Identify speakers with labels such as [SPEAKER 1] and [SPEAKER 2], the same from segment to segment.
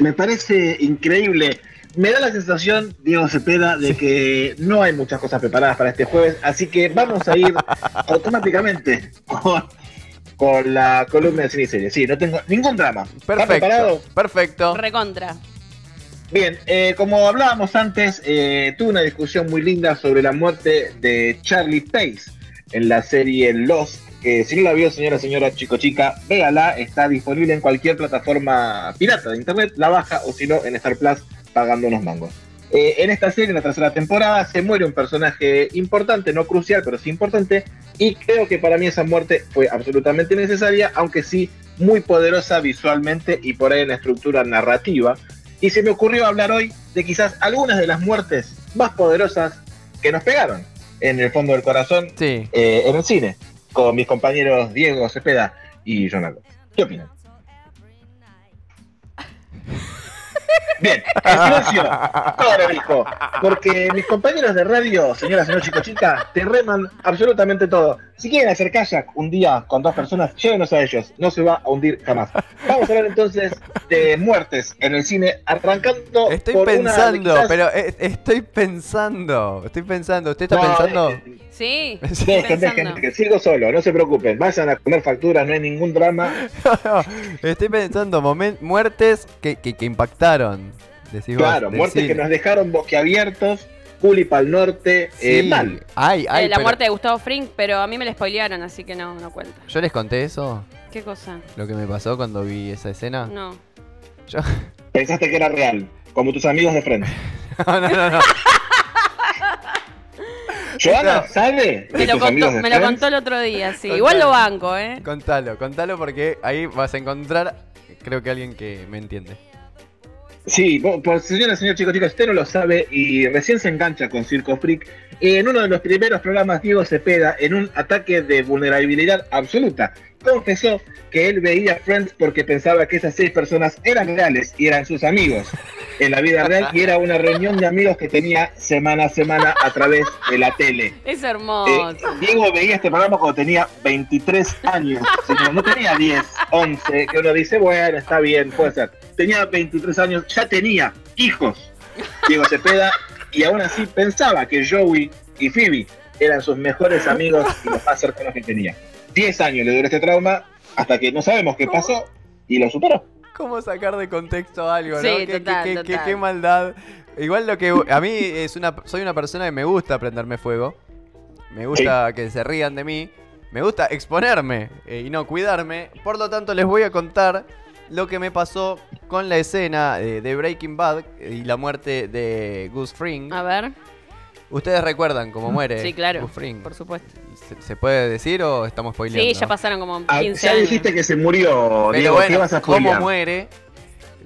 [SPEAKER 1] Me parece increíble. Me da la sensación, Diego Cepeda, de que no hay muchas cosas preparadas para este jueves, así que vamos a ir automáticamente con, con la columna de cine y serie. Sí, no tengo ningún drama. ¿Está preparado?
[SPEAKER 2] Perfecto. Perfecto.
[SPEAKER 3] Recontra.
[SPEAKER 1] Bien, eh, como hablábamos antes, eh, tuve una discusión muy linda sobre la muerte de Charlie Pace en la serie Lost. Que si no la vio, señora, señora, chico, chica, véala. Está disponible en cualquier plataforma pirata de internet, la baja o si no, en Star Plus, pagando unos mangos. Eh, en esta serie, en la tercera temporada, se muere un personaje importante, no crucial, pero sí importante. Y creo que para mí esa muerte fue absolutamente necesaria, aunque sí muy poderosa visualmente y por ahí en la estructura narrativa y se me ocurrió hablar hoy de quizás algunas de las muertes más poderosas que nos pegaron en el fondo del corazón
[SPEAKER 2] Sí.
[SPEAKER 1] eh, en el cine, con mis compañeros Diego Cepeda y Jonathan. ¿Qué opinan? Bien, el silencio ahora dijo, porque mis compañeros de radio, señora, señor chico, chica, te reman absolutamente todo. Si quieren hacer kayak un día con dos personas, llévenos a ellos, no se va a hundir jamás. Vamos a hablar entonces de muertes en el cine, arrancando
[SPEAKER 2] Estoy
[SPEAKER 1] Oh, por una de
[SPEAKER 2] pensando,
[SPEAKER 1] quizás-
[SPEAKER 2] pero eh, estoy pensando, estoy pensando, ¿usted está
[SPEAKER 1] No, eh,
[SPEAKER 2] pensando?
[SPEAKER 1] dejen,
[SPEAKER 3] Sí. Eh,
[SPEAKER 1] Dejen,
[SPEAKER 3] pensando.
[SPEAKER 1] dejen, que sigo solo, no se preocupen, vayan a comer facturas, no hay ningún drama. eh.
[SPEAKER 2] estoy pensando momen- muertes que, que, que impactaron. decís vos,
[SPEAKER 1] Claro,
[SPEAKER 2] del
[SPEAKER 1] muertes que
[SPEAKER 2] cine.
[SPEAKER 1] nos dejaron boquiabiertos, culi para el norte, eh,
[SPEAKER 2] Sí,
[SPEAKER 1] mal.
[SPEAKER 2] Ay, ay,
[SPEAKER 3] Eh, la
[SPEAKER 2] pero-
[SPEAKER 3] muerte de Gustavo Frink, pero a mí me la spoilearon, así que no, no cuenta.
[SPEAKER 2] ¿Yo les conté eso?
[SPEAKER 3] ¿Qué cosa?
[SPEAKER 2] Lo que me pasó cuando vi esa escena.
[SPEAKER 3] No.
[SPEAKER 2] Yo-
[SPEAKER 1] Pensaste que era real, como tus amigos de frente.
[SPEAKER 2] no, no, no, no.
[SPEAKER 1] Joana
[SPEAKER 2] No.
[SPEAKER 1] sabe que
[SPEAKER 3] Me
[SPEAKER 1] tus
[SPEAKER 3] lo, contó,
[SPEAKER 1] amigos de
[SPEAKER 3] me lo
[SPEAKER 1] Friends-
[SPEAKER 3] contó el otro día, sí.
[SPEAKER 2] Contalo.
[SPEAKER 3] Igual lo banco, ¿eh?
[SPEAKER 2] Contalo, contalo porque ahí vas a encontrar, creo que alguien que me entiende.
[SPEAKER 1] Sí, vos- por señora, señor chico, chico, usted no lo sabe y recién se engancha con Circo Freak. En uno de los primeros programas, Diego Cepeda, en un ataque de vulnerabilidad absoluta, confesó que él veía Friends porque pensaba que esas seis personas eran reales y eran sus amigos en la vida real y era una reunión de amigos que tenía semana a semana a través de la tele.
[SPEAKER 3] Es
[SPEAKER 1] Eh,
[SPEAKER 3] hermoso.
[SPEAKER 1] Diego veía este programa cuando tenía 23 años, señor, no tenía 10, 11, que uno dice, bueno, está bien, puede ser. Tenía 23 años, ya tenía hijos, Diego Cepeda, y aún así pensaba que Joey y Phoebe eran sus mejores amigos y los más cercanos que tenía. 10 años le duró este trauma hasta que no sabemos qué pasó y lo superó.
[SPEAKER 2] ¿Cómo sacar de contexto algo,
[SPEAKER 3] Sí,
[SPEAKER 2] no? ¿Qué, qué-
[SPEAKER 3] total,
[SPEAKER 2] qué- qué-
[SPEAKER 3] total.
[SPEAKER 2] qué maldad. Igual lo que a mí es una soy una persona que me gusta prenderme fuego. Me gusta que se rían de mí. Me gusta exponerme eh, y no cuidarme. Por lo tanto, les voy a contar lo que me pasó con la escena eh, de Breaking Bad eh, y la muerte de Gus Fring.
[SPEAKER 3] A ver.
[SPEAKER 2] Ustedes recuerdan cómo muere
[SPEAKER 3] Sí, claro.
[SPEAKER 2] Gus Fring.
[SPEAKER 3] Por supuesto.
[SPEAKER 2] ¿Se, se puede decir o estamos spoileando?
[SPEAKER 3] Sí, ya pasaron como
[SPEAKER 1] Ah,
[SPEAKER 3] 15
[SPEAKER 1] ya
[SPEAKER 3] años.
[SPEAKER 1] dijiste que se murió,
[SPEAKER 2] Pero
[SPEAKER 1] Diego, ¿qué
[SPEAKER 2] bueno,
[SPEAKER 1] vas a
[SPEAKER 2] ¿cómo
[SPEAKER 1] spoilear?
[SPEAKER 2] muere?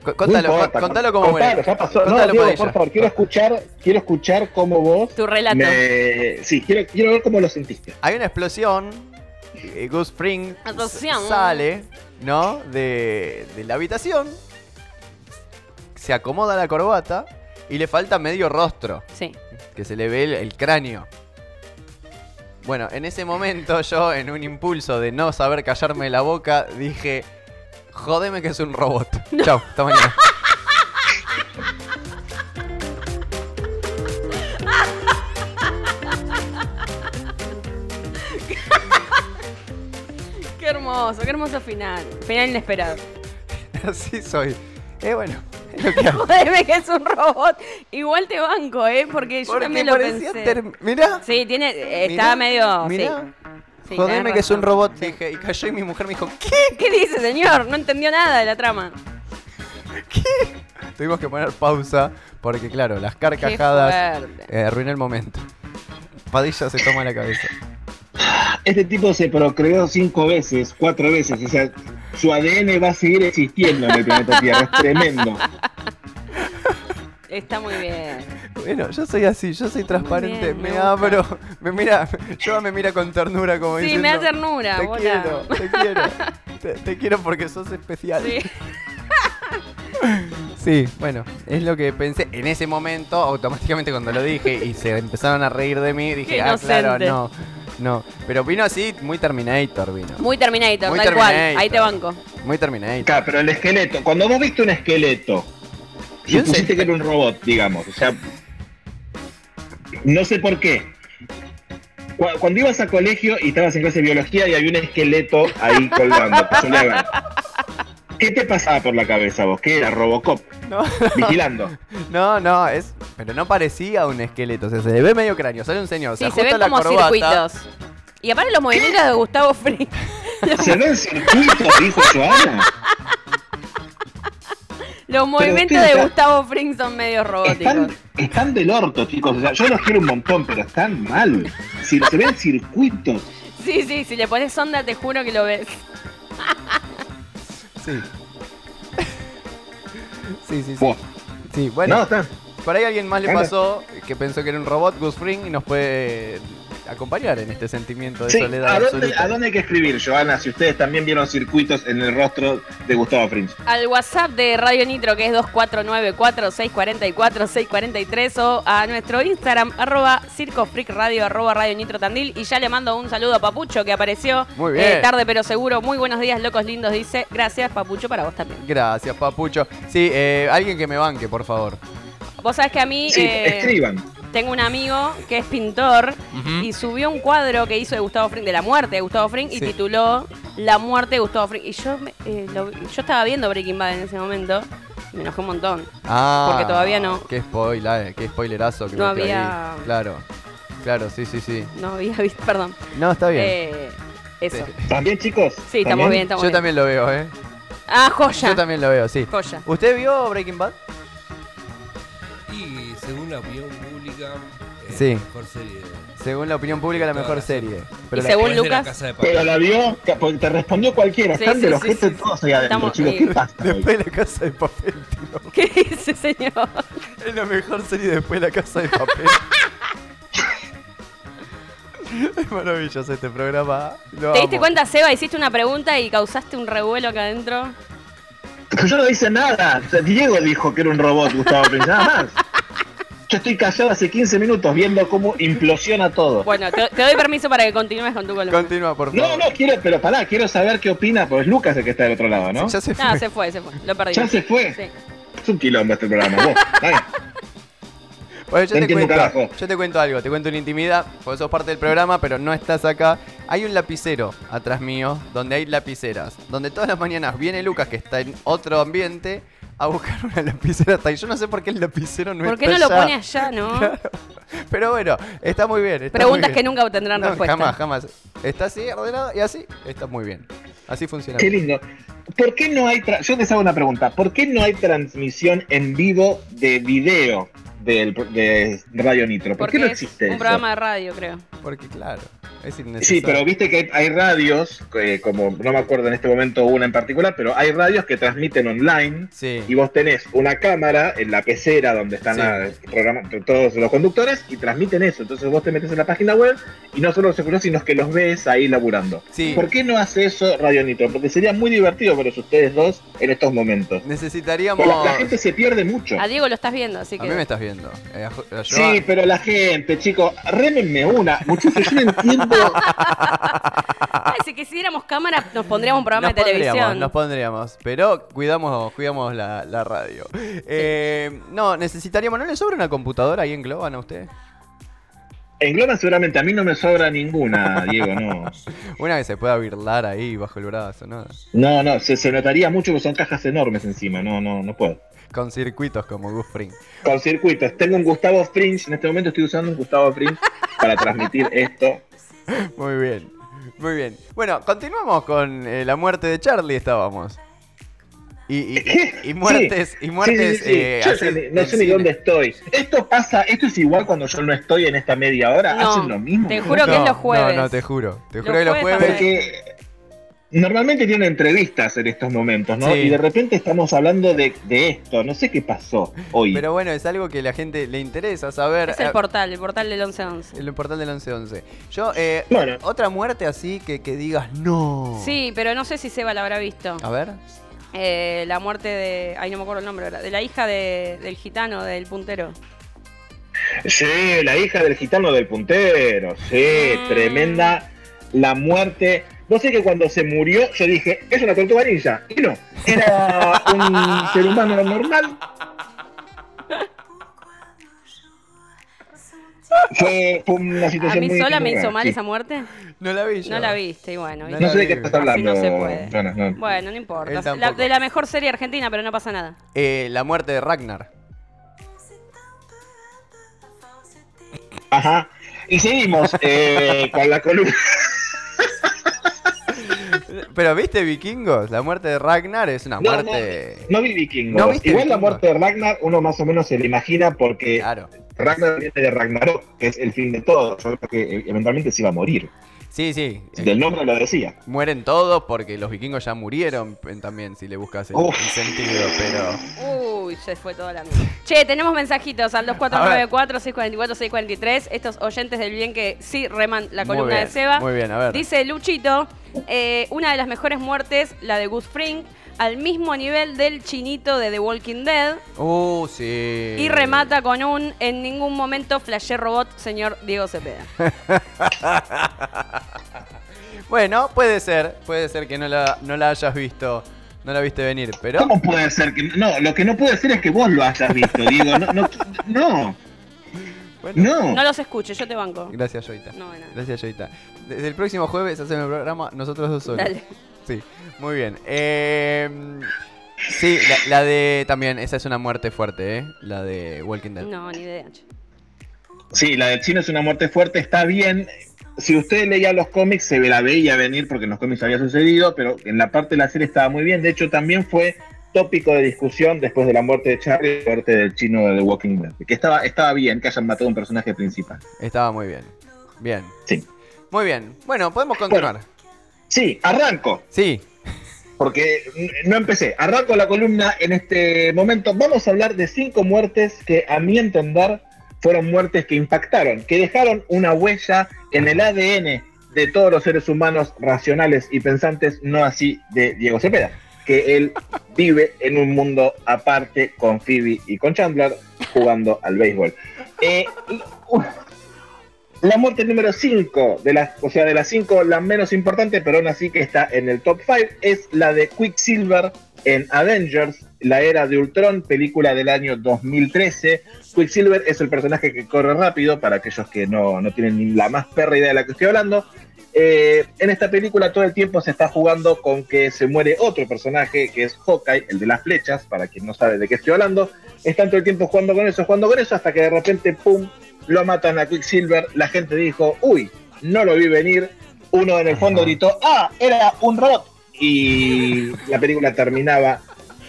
[SPEAKER 2] Co- Contalo,
[SPEAKER 1] No importa,
[SPEAKER 2] co- contalo cómo muere.
[SPEAKER 1] ya pasó. No,
[SPEAKER 2] Contalo
[SPEAKER 1] Diego,
[SPEAKER 2] por ella.
[SPEAKER 1] por favor, quiero escuchar, quiero escuchar cómo vos
[SPEAKER 3] Tu relato.
[SPEAKER 1] Me- Sí, quiero, quiero ver cómo lo sentiste.
[SPEAKER 2] Hay una explosión. eh, Gus Fring s-
[SPEAKER 3] Explosión.
[SPEAKER 2] sale, ¿no? De, de la habitación. Se acomoda la corbata. Y le falta medio rostro.
[SPEAKER 3] Sí.
[SPEAKER 2] Que se le ve el, el cráneo. Bueno, en ese momento yo, en un impulso de no saber callarme la boca, dije: Jodeme que es un robot. Chao, hasta mañana.
[SPEAKER 3] Qué hermoso, qué hermoso final. Final inesperado.
[SPEAKER 2] Así soy. Eh, bueno, es lo que hago.
[SPEAKER 3] Jodeme que es un robot. Igual te banco, ¿eh? Porque yo
[SPEAKER 2] Porque
[SPEAKER 3] también lo
[SPEAKER 2] parecía
[SPEAKER 3] pensé.
[SPEAKER 2] ter- Mirá.
[SPEAKER 3] Sí, tiene. eh,
[SPEAKER 2] mirá,
[SPEAKER 3] Estaba medio.
[SPEAKER 2] mirá.
[SPEAKER 3] Sí. Sí,
[SPEAKER 2] Jodeme
[SPEAKER 3] tenés
[SPEAKER 2] que es un
[SPEAKER 3] razón.
[SPEAKER 2] robot,
[SPEAKER 3] Sí.
[SPEAKER 2] dije. Y cayó y mi mujer me dijo, ¿qué?
[SPEAKER 3] ¿Qué dice, señor? No entendió nada de la trama.
[SPEAKER 2] Tuvimos que poner pausa porque, claro, las carcajadas
[SPEAKER 3] fuerte.
[SPEAKER 2] eh, arruiné el momento. Padilla se toma la cabeza.
[SPEAKER 1] Este tipo se procreó cinco veces, cuatro veces. O sea, su ADN va a seguir existiendo en el planeta Tierra. Es tremendo.
[SPEAKER 3] Está muy bien.
[SPEAKER 2] Bueno, yo soy así, yo soy transparente,
[SPEAKER 3] bien,
[SPEAKER 2] me,
[SPEAKER 3] me gusta.
[SPEAKER 2] abro, me mira, yo me mira con ternura como
[SPEAKER 3] Sí,
[SPEAKER 2] diciendo.
[SPEAKER 3] me da ternura,
[SPEAKER 2] Te
[SPEAKER 3] bola".
[SPEAKER 2] quiero, te quiero, te, te quiero porque sos especial.
[SPEAKER 3] Sí.
[SPEAKER 2] Sí, bueno, es lo que pensé. En ese momento, automáticamente cuando lo dije y se empezaron a reír de mí, dije,
[SPEAKER 3] Qué
[SPEAKER 2] ah, claro,
[SPEAKER 3] inocente".
[SPEAKER 2] no, no. Pero vino así, muy Terminator vino.
[SPEAKER 3] Muy Terminator,
[SPEAKER 2] Muy
[SPEAKER 3] tal cual. Ahí te
[SPEAKER 2] Terminator.
[SPEAKER 3] banco.
[SPEAKER 2] Muy Terminator.
[SPEAKER 1] Claro, pero el esqueleto. Cuando vos viste un esqueleto
[SPEAKER 2] Y un
[SPEAKER 1] Supusiste
[SPEAKER 2] se-
[SPEAKER 1] que era un robot, digamos. O sea, no sé por qué. Cu- Cuando ibas a colegio y estabas en clase de biología y había un esqueleto ahí colgando, te soleaban. ¿Qué te pasaba por la cabeza vos? ¿Qué era Robocop?
[SPEAKER 2] No.
[SPEAKER 1] Vigilando.
[SPEAKER 2] No, no, es. Pero no parecía un esqueleto. O sea, se le ve medio cráneo. Sale un señor. se
[SPEAKER 3] sí, se
[SPEAKER 2] ajusta
[SPEAKER 3] ven
[SPEAKER 2] la
[SPEAKER 3] como
[SPEAKER 2] corbata.
[SPEAKER 3] circuitos. Y aparte los movimientos de Gustavo Fring.
[SPEAKER 1] Se ven circuitos, dijo Joana.
[SPEAKER 3] Los movimientos
[SPEAKER 1] ustedes
[SPEAKER 3] de
[SPEAKER 1] ya-
[SPEAKER 3] Gustavo Fring son medio robóticos.
[SPEAKER 1] Están, están del orto, chicos. O sea, yo los quiero un montón, pero están mal. Si se ven circuitos.
[SPEAKER 3] Sí, sí, si le pones onda te juro que lo ves.
[SPEAKER 2] Sí. sí, sí, sí.
[SPEAKER 1] Buah,
[SPEAKER 2] Sí, bueno.
[SPEAKER 1] no, están.
[SPEAKER 2] Por ahí alguien más le
[SPEAKER 1] Bueno.
[SPEAKER 2] pasó que pensó que era un robot, Gus Fring, y nos puede acompañar en este sentimiento de
[SPEAKER 1] Sí,
[SPEAKER 2] soledad
[SPEAKER 1] ¿a dónde,
[SPEAKER 2] absoluta.
[SPEAKER 1] a dónde hay que escribir, Joana? Si ustedes también vieron circuitos en el rostro de Gustavo Fringe.
[SPEAKER 3] Al WhatsApp de Radio Nitro que es 2494-644-643 o a nuestro Instagram arroba circofreakradio arroba Radio Nitro Tandil. Y ya le mando un saludo a Papucho que apareció
[SPEAKER 2] Muy bien.
[SPEAKER 3] Eh, tarde pero seguro. Muy buenos días, locos lindos, dice. Gracias Papucho para vos también.
[SPEAKER 2] Gracias, Papucho. Sí, eh, alguien que me banque, por favor.
[SPEAKER 3] Vos sabés que a mí
[SPEAKER 1] Sí,
[SPEAKER 3] eh,
[SPEAKER 1] escriban.
[SPEAKER 3] tengo un amigo que es pintor
[SPEAKER 2] ¿Mm?
[SPEAKER 3] y subió un cuadro que hizo de Gustavo Fring, de la muerte de Gustavo Fring, y
[SPEAKER 2] Sí.
[SPEAKER 3] tituló La muerte de Gustavo Fring. Y yo, me- eh, lo- yo estaba viendo Breaking Bad en ese momento, me enojé un montón.
[SPEAKER 2] Ah,
[SPEAKER 3] Porque todavía no.
[SPEAKER 2] Qué spoiler, eh, qué spoilerazo que
[SPEAKER 3] No
[SPEAKER 2] metí
[SPEAKER 3] había-
[SPEAKER 2] ahí. Claro, claro, sí, sí, sí.
[SPEAKER 3] No había visto, perdón.
[SPEAKER 2] No, está bien.
[SPEAKER 3] Eh, eso.
[SPEAKER 2] Sí.
[SPEAKER 1] ¿También, chicos?
[SPEAKER 3] Sí, estamos bien, estamos
[SPEAKER 2] Yo
[SPEAKER 3] bien.
[SPEAKER 2] también lo veo, ¿eh?
[SPEAKER 3] Ah, joya.
[SPEAKER 2] Yo también lo veo, sí.
[SPEAKER 3] Joya.
[SPEAKER 2] ¿Usted vio Breaking Bad?
[SPEAKER 4] Y según la opinión pública, eh,
[SPEAKER 2] Sí.
[SPEAKER 4] la mejor serie.
[SPEAKER 2] Según la opinión pública, la
[SPEAKER 4] Todas
[SPEAKER 2] mejor
[SPEAKER 4] las-
[SPEAKER 2] serie. Pero
[SPEAKER 3] Y
[SPEAKER 2] la-
[SPEAKER 3] según
[SPEAKER 4] Después de la
[SPEAKER 3] Lucas-
[SPEAKER 4] Casa de Papel.
[SPEAKER 1] Pero la vio, ca- porque te respondió cualquiera.
[SPEAKER 3] Sí,
[SPEAKER 1] Están
[SPEAKER 3] sí,
[SPEAKER 1] de los
[SPEAKER 3] sí,
[SPEAKER 1] gestos
[SPEAKER 3] sí, sí.
[SPEAKER 1] todos ahí adentro,
[SPEAKER 3] Estamos-
[SPEAKER 1] chicos.
[SPEAKER 3] sí.
[SPEAKER 1] ¿Qué pasa? hoy?
[SPEAKER 2] Después de la casa de papel, tío.
[SPEAKER 3] ¿Qué dice, señor?
[SPEAKER 2] Es la mejor serie después de la casa de papel. es maravilloso este programa. Lo
[SPEAKER 3] ¿Te diste
[SPEAKER 2] amo.
[SPEAKER 3] cuenta, Seba? Hiciste una pregunta y causaste un revuelo acá adentro.
[SPEAKER 1] Pero Yo no hice nada. O sea, Diego dijo que era un robot, Gustavo Fringe. Nada más. Yo estoy callado hace 15 minutos viendo cómo implosiona todo.
[SPEAKER 3] Bueno, te, te doy permiso para que continúes con tu columna.
[SPEAKER 2] Continúa, por
[SPEAKER 1] No,
[SPEAKER 2] favor.
[SPEAKER 1] no, quiero, pero pará, quiero saber qué opina, porque es Lucas el que está del otro lado, ¿no?
[SPEAKER 2] Ya se fue.
[SPEAKER 3] No, se fue, se fue. Lo perdí.
[SPEAKER 1] Ya se fue.
[SPEAKER 3] Sí.
[SPEAKER 1] Es un quilombo este programa, vos. Ay,
[SPEAKER 2] Bueno, yo
[SPEAKER 1] No
[SPEAKER 2] te,
[SPEAKER 1] entiendo un
[SPEAKER 2] cuento,
[SPEAKER 1] carajo.
[SPEAKER 2] yo te cuento algo, te cuento una intimidad, porque sos parte del programa, pero no estás acá. Hay un lapicero atrás mío, donde hay lapiceras, donde todas las mañanas viene Lucas, que está en otro ambiente, a buscar una lapicera hasta ahí. Yo no sé por qué el lapicero no
[SPEAKER 3] ¿Por qué
[SPEAKER 2] está
[SPEAKER 3] no lo
[SPEAKER 2] allá.
[SPEAKER 3] pone allá, no?
[SPEAKER 2] Pero bueno, está muy bien. está
[SPEAKER 3] Preguntas
[SPEAKER 2] muy bien.
[SPEAKER 3] que nunca obtendrán
[SPEAKER 2] No,
[SPEAKER 3] respuesta.
[SPEAKER 2] Jamás, jamás. Está así ordenado y así está muy bien. Así funciona.
[SPEAKER 1] qué lindo. ¿Por qué no hay... tra- Yo les hago una pregunta. ¿Por qué no hay transmisión en vivo de video del, pro- de Radio Nitro? ¿Por
[SPEAKER 3] Porque
[SPEAKER 1] qué no
[SPEAKER 3] es
[SPEAKER 1] existe
[SPEAKER 3] un
[SPEAKER 1] eso?
[SPEAKER 3] programa de radio, creo.
[SPEAKER 2] Porque claro, es innecesario.
[SPEAKER 1] Sí, pero viste que hay, hay radios, eh, como no me acuerdo en este momento una en particular, pero hay radios que transmiten online
[SPEAKER 2] Sí.
[SPEAKER 1] y vos tenés una cámara en la pecera donde están
[SPEAKER 2] Sí.
[SPEAKER 1] la- programa- todos los conductores y transmiten eso. Entonces vos te metes en la página web y no solo los escuchás, sino que los ves ahí laburando.
[SPEAKER 2] Sí.
[SPEAKER 1] ¿Por qué no hace eso Radio Nitro? Porque sería muy divertido para ustedes dos en estos momentos.
[SPEAKER 2] Necesitaríamos.
[SPEAKER 1] Porque la, la gente se pierde mucho.
[SPEAKER 3] A Diego lo estás viendo, así
[SPEAKER 2] A
[SPEAKER 3] que.
[SPEAKER 2] mí me estás viendo. Eh, a Jo- a Joan.
[SPEAKER 1] Sí, pero la gente, chicos, rémenme una. Muchachos, yo no entiendo.
[SPEAKER 3] Ay, si quisiéramos cámara, nos pondríamos un programa
[SPEAKER 2] nos
[SPEAKER 3] de
[SPEAKER 2] pondríamos,
[SPEAKER 3] televisión.
[SPEAKER 2] Nos pondríamos, pero cuidamos, cuidamos la, la radio. Eh, no, necesitaríamos, ¿no le sobra una computadora ahí en Globan a usted?
[SPEAKER 1] En Globan seguramente a mí no me sobra ninguna, Diego, no.
[SPEAKER 2] Una que se pueda virlar ahí bajo el brazo, ¿no?
[SPEAKER 1] No, no, se, se notaría mucho que son cajas enormes encima, no, no, no puedo.
[SPEAKER 2] Con circuitos como Gus Fring.
[SPEAKER 1] Con circuitos, tengo un Gustavo Fringe, en este momento estoy usando un Gustavo Fringe para transmitir esto.
[SPEAKER 2] Muy bien, muy bien. Bueno, continuamos con eh, la muerte de Charlie, estábamos. Y, y- y muertes, y
[SPEAKER 1] Sí,
[SPEAKER 2] muertes.
[SPEAKER 1] sí, sí.
[SPEAKER 2] eh,
[SPEAKER 1] Yo
[SPEAKER 2] así
[SPEAKER 1] ya ni- no
[SPEAKER 2] en
[SPEAKER 1] sé ni
[SPEAKER 2] cine.
[SPEAKER 1] dónde estoy. Esto pasa, esto es igual cuando yo no estoy en esta media hora,
[SPEAKER 3] No,
[SPEAKER 1] hacen lo mismo.
[SPEAKER 3] te juro que es los jueves.
[SPEAKER 2] No, no, te juro. Te
[SPEAKER 3] Los
[SPEAKER 2] juro que los
[SPEAKER 3] jueves
[SPEAKER 2] jueves.
[SPEAKER 1] Porque normalmente tienen entrevistas en estos momentos, ¿no?
[SPEAKER 2] Sí.
[SPEAKER 1] Y de repente estamos hablando de, de esto, no sé qué pasó hoy.
[SPEAKER 2] Pero bueno, es algo que la gente le interesa saber.
[SPEAKER 3] Es el
[SPEAKER 2] Eh,
[SPEAKER 3] portal, el portal del 1111.
[SPEAKER 2] el portal del 1111. Yo, eh,
[SPEAKER 1] Bueno.
[SPEAKER 2] otra muerte así que, que digas no.
[SPEAKER 3] Sí, pero no sé si Seba la habrá visto.
[SPEAKER 2] A ver.
[SPEAKER 3] Eh, la muerte de. Ay, no me acuerdo el nombre ahora. De la hija de- del gitano, del puntero.
[SPEAKER 1] Sí, la hija del gitano del puntero. Sí,
[SPEAKER 3] Mm.
[SPEAKER 1] tremenda la muerte. No sé que cuando se murió yo dije, es una tortuga ninja. Y no, era un ser humano normal Fue, fue una
[SPEAKER 3] ¿A
[SPEAKER 1] situación
[SPEAKER 3] mí
[SPEAKER 1] muy
[SPEAKER 3] sola me
[SPEAKER 1] particular,
[SPEAKER 3] hizo mal
[SPEAKER 1] sí.
[SPEAKER 3] esa muerte?
[SPEAKER 2] No la vi yo.
[SPEAKER 3] No la viste, y bueno.
[SPEAKER 2] No
[SPEAKER 1] No sé de qué
[SPEAKER 2] Así
[SPEAKER 1] estás
[SPEAKER 2] no
[SPEAKER 1] hablando.
[SPEAKER 3] se puede.
[SPEAKER 1] Jonas, no.
[SPEAKER 3] Bueno, no
[SPEAKER 2] Él
[SPEAKER 3] importa. La-
[SPEAKER 2] tampoco.
[SPEAKER 3] de la mejor serie argentina, pero no pasa nada.
[SPEAKER 2] Eh, la muerte de Ragnar.
[SPEAKER 1] Ajá. Y seguimos eh, con la columna.
[SPEAKER 2] Pero viste, vikingos, la muerte de Ragnar es una
[SPEAKER 1] No,
[SPEAKER 2] muerte.
[SPEAKER 1] No vi vikingos.
[SPEAKER 2] ¿No viste
[SPEAKER 1] Igual la
[SPEAKER 2] Vikingos?
[SPEAKER 1] muerte de Ragnar, uno más o menos se le imagina porque
[SPEAKER 2] Claro.
[SPEAKER 1] Ragnar viene de Ragnarok, que es el fin de todo. Yo creo que eh, eventualmente se iba a morir.
[SPEAKER 2] Sí, sí. eh,
[SPEAKER 1] Del nombre lo decía.
[SPEAKER 2] Mueren todos porque los vikingos ya murieron eh, también, si le buscas el,
[SPEAKER 1] Uf.
[SPEAKER 2] el sentido, pero.
[SPEAKER 3] Uy, se fue toda la mierda. Che, tenemos mensajitos al 2494-644-643. Estos oyentes del bien que sí reman la
[SPEAKER 2] Muy
[SPEAKER 3] columna
[SPEAKER 2] bien,
[SPEAKER 3] de Seba.
[SPEAKER 2] Muy bien, a ver.
[SPEAKER 3] Dice Luchito, eh, una de las mejores muertes, la de Gus Fring, al mismo nivel del chinito de The Walking Dead.
[SPEAKER 2] Uh, sí.
[SPEAKER 3] Y remata con un en ningún momento flashé robot, señor Diego Cepeda.
[SPEAKER 2] Bueno, puede ser, puede ser que no la, no la hayas visto, no la viste venir, pero.
[SPEAKER 1] ¿Cómo puede ser que.? No, lo que no puede ser es que vos lo hayas visto, Diego. No, no, no.
[SPEAKER 2] Bueno.
[SPEAKER 1] no.
[SPEAKER 3] No los escucho, yo te banco.
[SPEAKER 2] Gracias, Joita.
[SPEAKER 3] No, de nada.
[SPEAKER 2] Gracias, Joita. Desde el próximo jueves hacemos el programa nosotros dos solos.
[SPEAKER 3] Dale.
[SPEAKER 2] Sí, muy bien. Eh, sí, la, la de. También, esa es una muerte fuerte, ¿eh? La de Walking Dead.
[SPEAKER 3] No, ni idea. che.
[SPEAKER 1] Sí, la del chino es una muerte fuerte, está bien. Si usted leía los cómics, se la veía venir porque en los cómics había sucedido, pero en la parte de la serie estaba muy bien. De hecho, también fue tópico de discusión después de la muerte de Charlie, la muerte del chino de The Walking Dead. Que estaba, estaba bien que hayan matado a un personaje principal.
[SPEAKER 2] Estaba muy bien. Bien.
[SPEAKER 1] Sí.
[SPEAKER 2] Muy bien. Bueno, podemos continuar.
[SPEAKER 1] Sí, arranco,
[SPEAKER 2] Sí.
[SPEAKER 1] porque n- no empecé. Arranco la columna en este momento. Vamos a hablar de cinco muertes que, a mi entender, fueron muertes que impactaron, que dejaron una huella en el ADN de todos los seres humanos racionales y pensantes, no así de Diego Cepeda, que él vive en un mundo aparte con Phoebe y con Chandler jugando al béisbol. Eh, y- uf. la muerte número 5, de las, o sea, de las 5, la menos importante, pero aún así que está en el top 5, es la de Quicksilver en Avengers, la era de Ultron, película del año 2013. Quicksilver es el personaje que corre rápido, para aquellos que no, no tienen ni la más perra idea de la que estoy hablando. Eh, en esta película todo el tiempo se está jugando con que se muere otro personaje, que es Hawkeye, el de las flechas, para quien no sabe de qué estoy hablando. Están todo el tiempo jugando con eso, jugando con eso, hasta que de repente, ¡pum!, lo matan a Quicksilver. La gente dijo, uy, no lo vi venir. Uno en el fondo
[SPEAKER 2] Ajá.
[SPEAKER 1] gritó, ah, era un robot. Y la película terminaba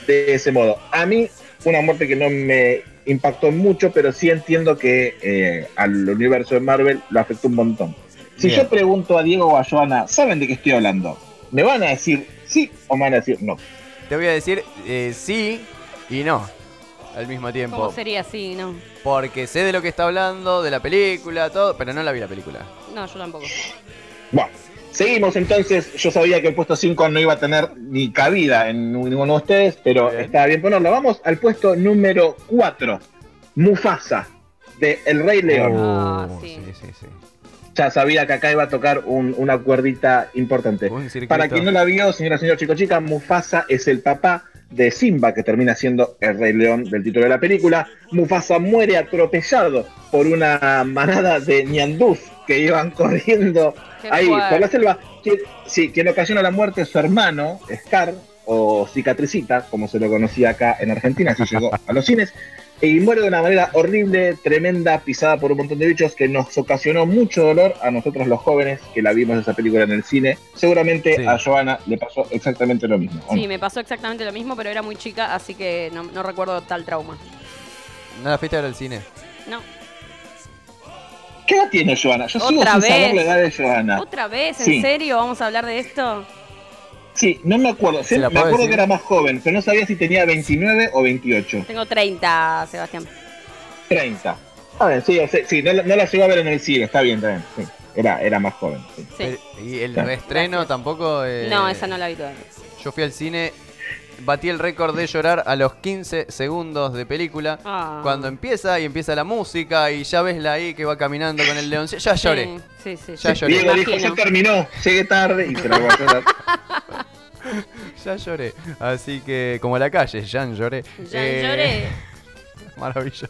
[SPEAKER 1] de ese modo. A mí, una muerte que no me impactó mucho, pero sí entiendo que eh, al universo de Marvel lo afectó un montón. Si
[SPEAKER 2] Bien.
[SPEAKER 1] yo pregunto a Diego o a Joana, ¿saben de qué estoy hablando? ¿Me van a decir sí o me van a decir no?
[SPEAKER 2] Te voy a decir eh, sí y no. Al mismo tiempo.
[SPEAKER 3] ¿Cómo sería así? No.
[SPEAKER 2] Porque sé de lo que está hablando, de la película, todo, pero no la vi la película.
[SPEAKER 3] No, yo tampoco.
[SPEAKER 1] Bueno, seguimos entonces. Yo sabía que el puesto 5 no iba a tener ni cabida en ninguno de ustedes, pero
[SPEAKER 2] Bien.
[SPEAKER 1] estaba bien ponerlo. Vamos al puesto número 4, Mufasa, de El Rey León.
[SPEAKER 3] Ah,
[SPEAKER 2] Uh,
[SPEAKER 3] sí.
[SPEAKER 2] sí, sí, sí.
[SPEAKER 1] Ya sabía que acá iba a tocar un- una cuerdita importante.
[SPEAKER 2] Un circuito.
[SPEAKER 1] Para quien no la vio, señora, señor, chico, chica, Mufasa es el papá de Simba, que termina siendo el rey león del título de la película. Mufasa muere atropellado por una manada de ñandús que iban corriendo
[SPEAKER 3] Qué
[SPEAKER 1] ahí
[SPEAKER 3] fuerte.
[SPEAKER 1] por la selva. Quien, sí, quien ocasiona la muerte es su hermano, Scar, o Cicatricita, como se lo conocía acá en Argentina, así llegó a los cines. Y muere de una manera horrible, tremenda, pisada por un montón de bichos que nos ocasionó mucho dolor a nosotros los jóvenes que la vimos esa película en el cine. Seguramente
[SPEAKER 2] Sí.
[SPEAKER 1] a Joana le pasó exactamente lo mismo. ¿o no?
[SPEAKER 3] Sí, me pasó exactamente lo mismo, pero era muy chica, así que no, no recuerdo tal trauma.
[SPEAKER 2] ¿No la fuiste a ver al cine?
[SPEAKER 3] No.
[SPEAKER 1] ¿Qué edad tiene Joana? Yo sigo
[SPEAKER 3] Otra
[SPEAKER 1] sin saber
[SPEAKER 3] vez.
[SPEAKER 1] la edad de Joana.
[SPEAKER 3] ¿Otra vez? ¿En
[SPEAKER 1] Sí.
[SPEAKER 3] serio vamos a hablar de esto?
[SPEAKER 1] Sí, no me acuerdo.
[SPEAKER 2] ¿Se
[SPEAKER 1] Sí, me
[SPEAKER 2] la puedo
[SPEAKER 1] acuerdo
[SPEAKER 2] decir?
[SPEAKER 1] que era más joven, pero no sabía si tenía 29 o 28.
[SPEAKER 3] Tengo 30, Sebastián.
[SPEAKER 1] 30. Está bien, sí, sí, sí, no, la- no la llegó a ver en el cine, está bien, está bien. sí. Era, era más joven. sí.
[SPEAKER 3] Sí.
[SPEAKER 2] Eh, ¿Y el reestreno tampoco? eh,
[SPEAKER 3] No, esa no la vi todavía.
[SPEAKER 2] Yo fui al cine, batí el récord de llorar a los 15 segundos de película.
[SPEAKER 3] Ah.
[SPEAKER 2] Cuando empieza y empieza la música y ya ves la ahí que va caminando con el león. Ya
[SPEAKER 3] Sí,
[SPEAKER 2] lloré.
[SPEAKER 3] Sí, sí,
[SPEAKER 2] Ya
[SPEAKER 3] sí.
[SPEAKER 2] lloré.
[SPEAKER 3] Me
[SPEAKER 1] Diego dijo,
[SPEAKER 3] imagino.
[SPEAKER 1] ya terminó, llegué tarde y se la guardó la-
[SPEAKER 2] Ya lloré. Así que, como la calle, Jan lloré.
[SPEAKER 3] Ya
[SPEAKER 2] Eh,
[SPEAKER 3] lloré.
[SPEAKER 2] Maravilloso.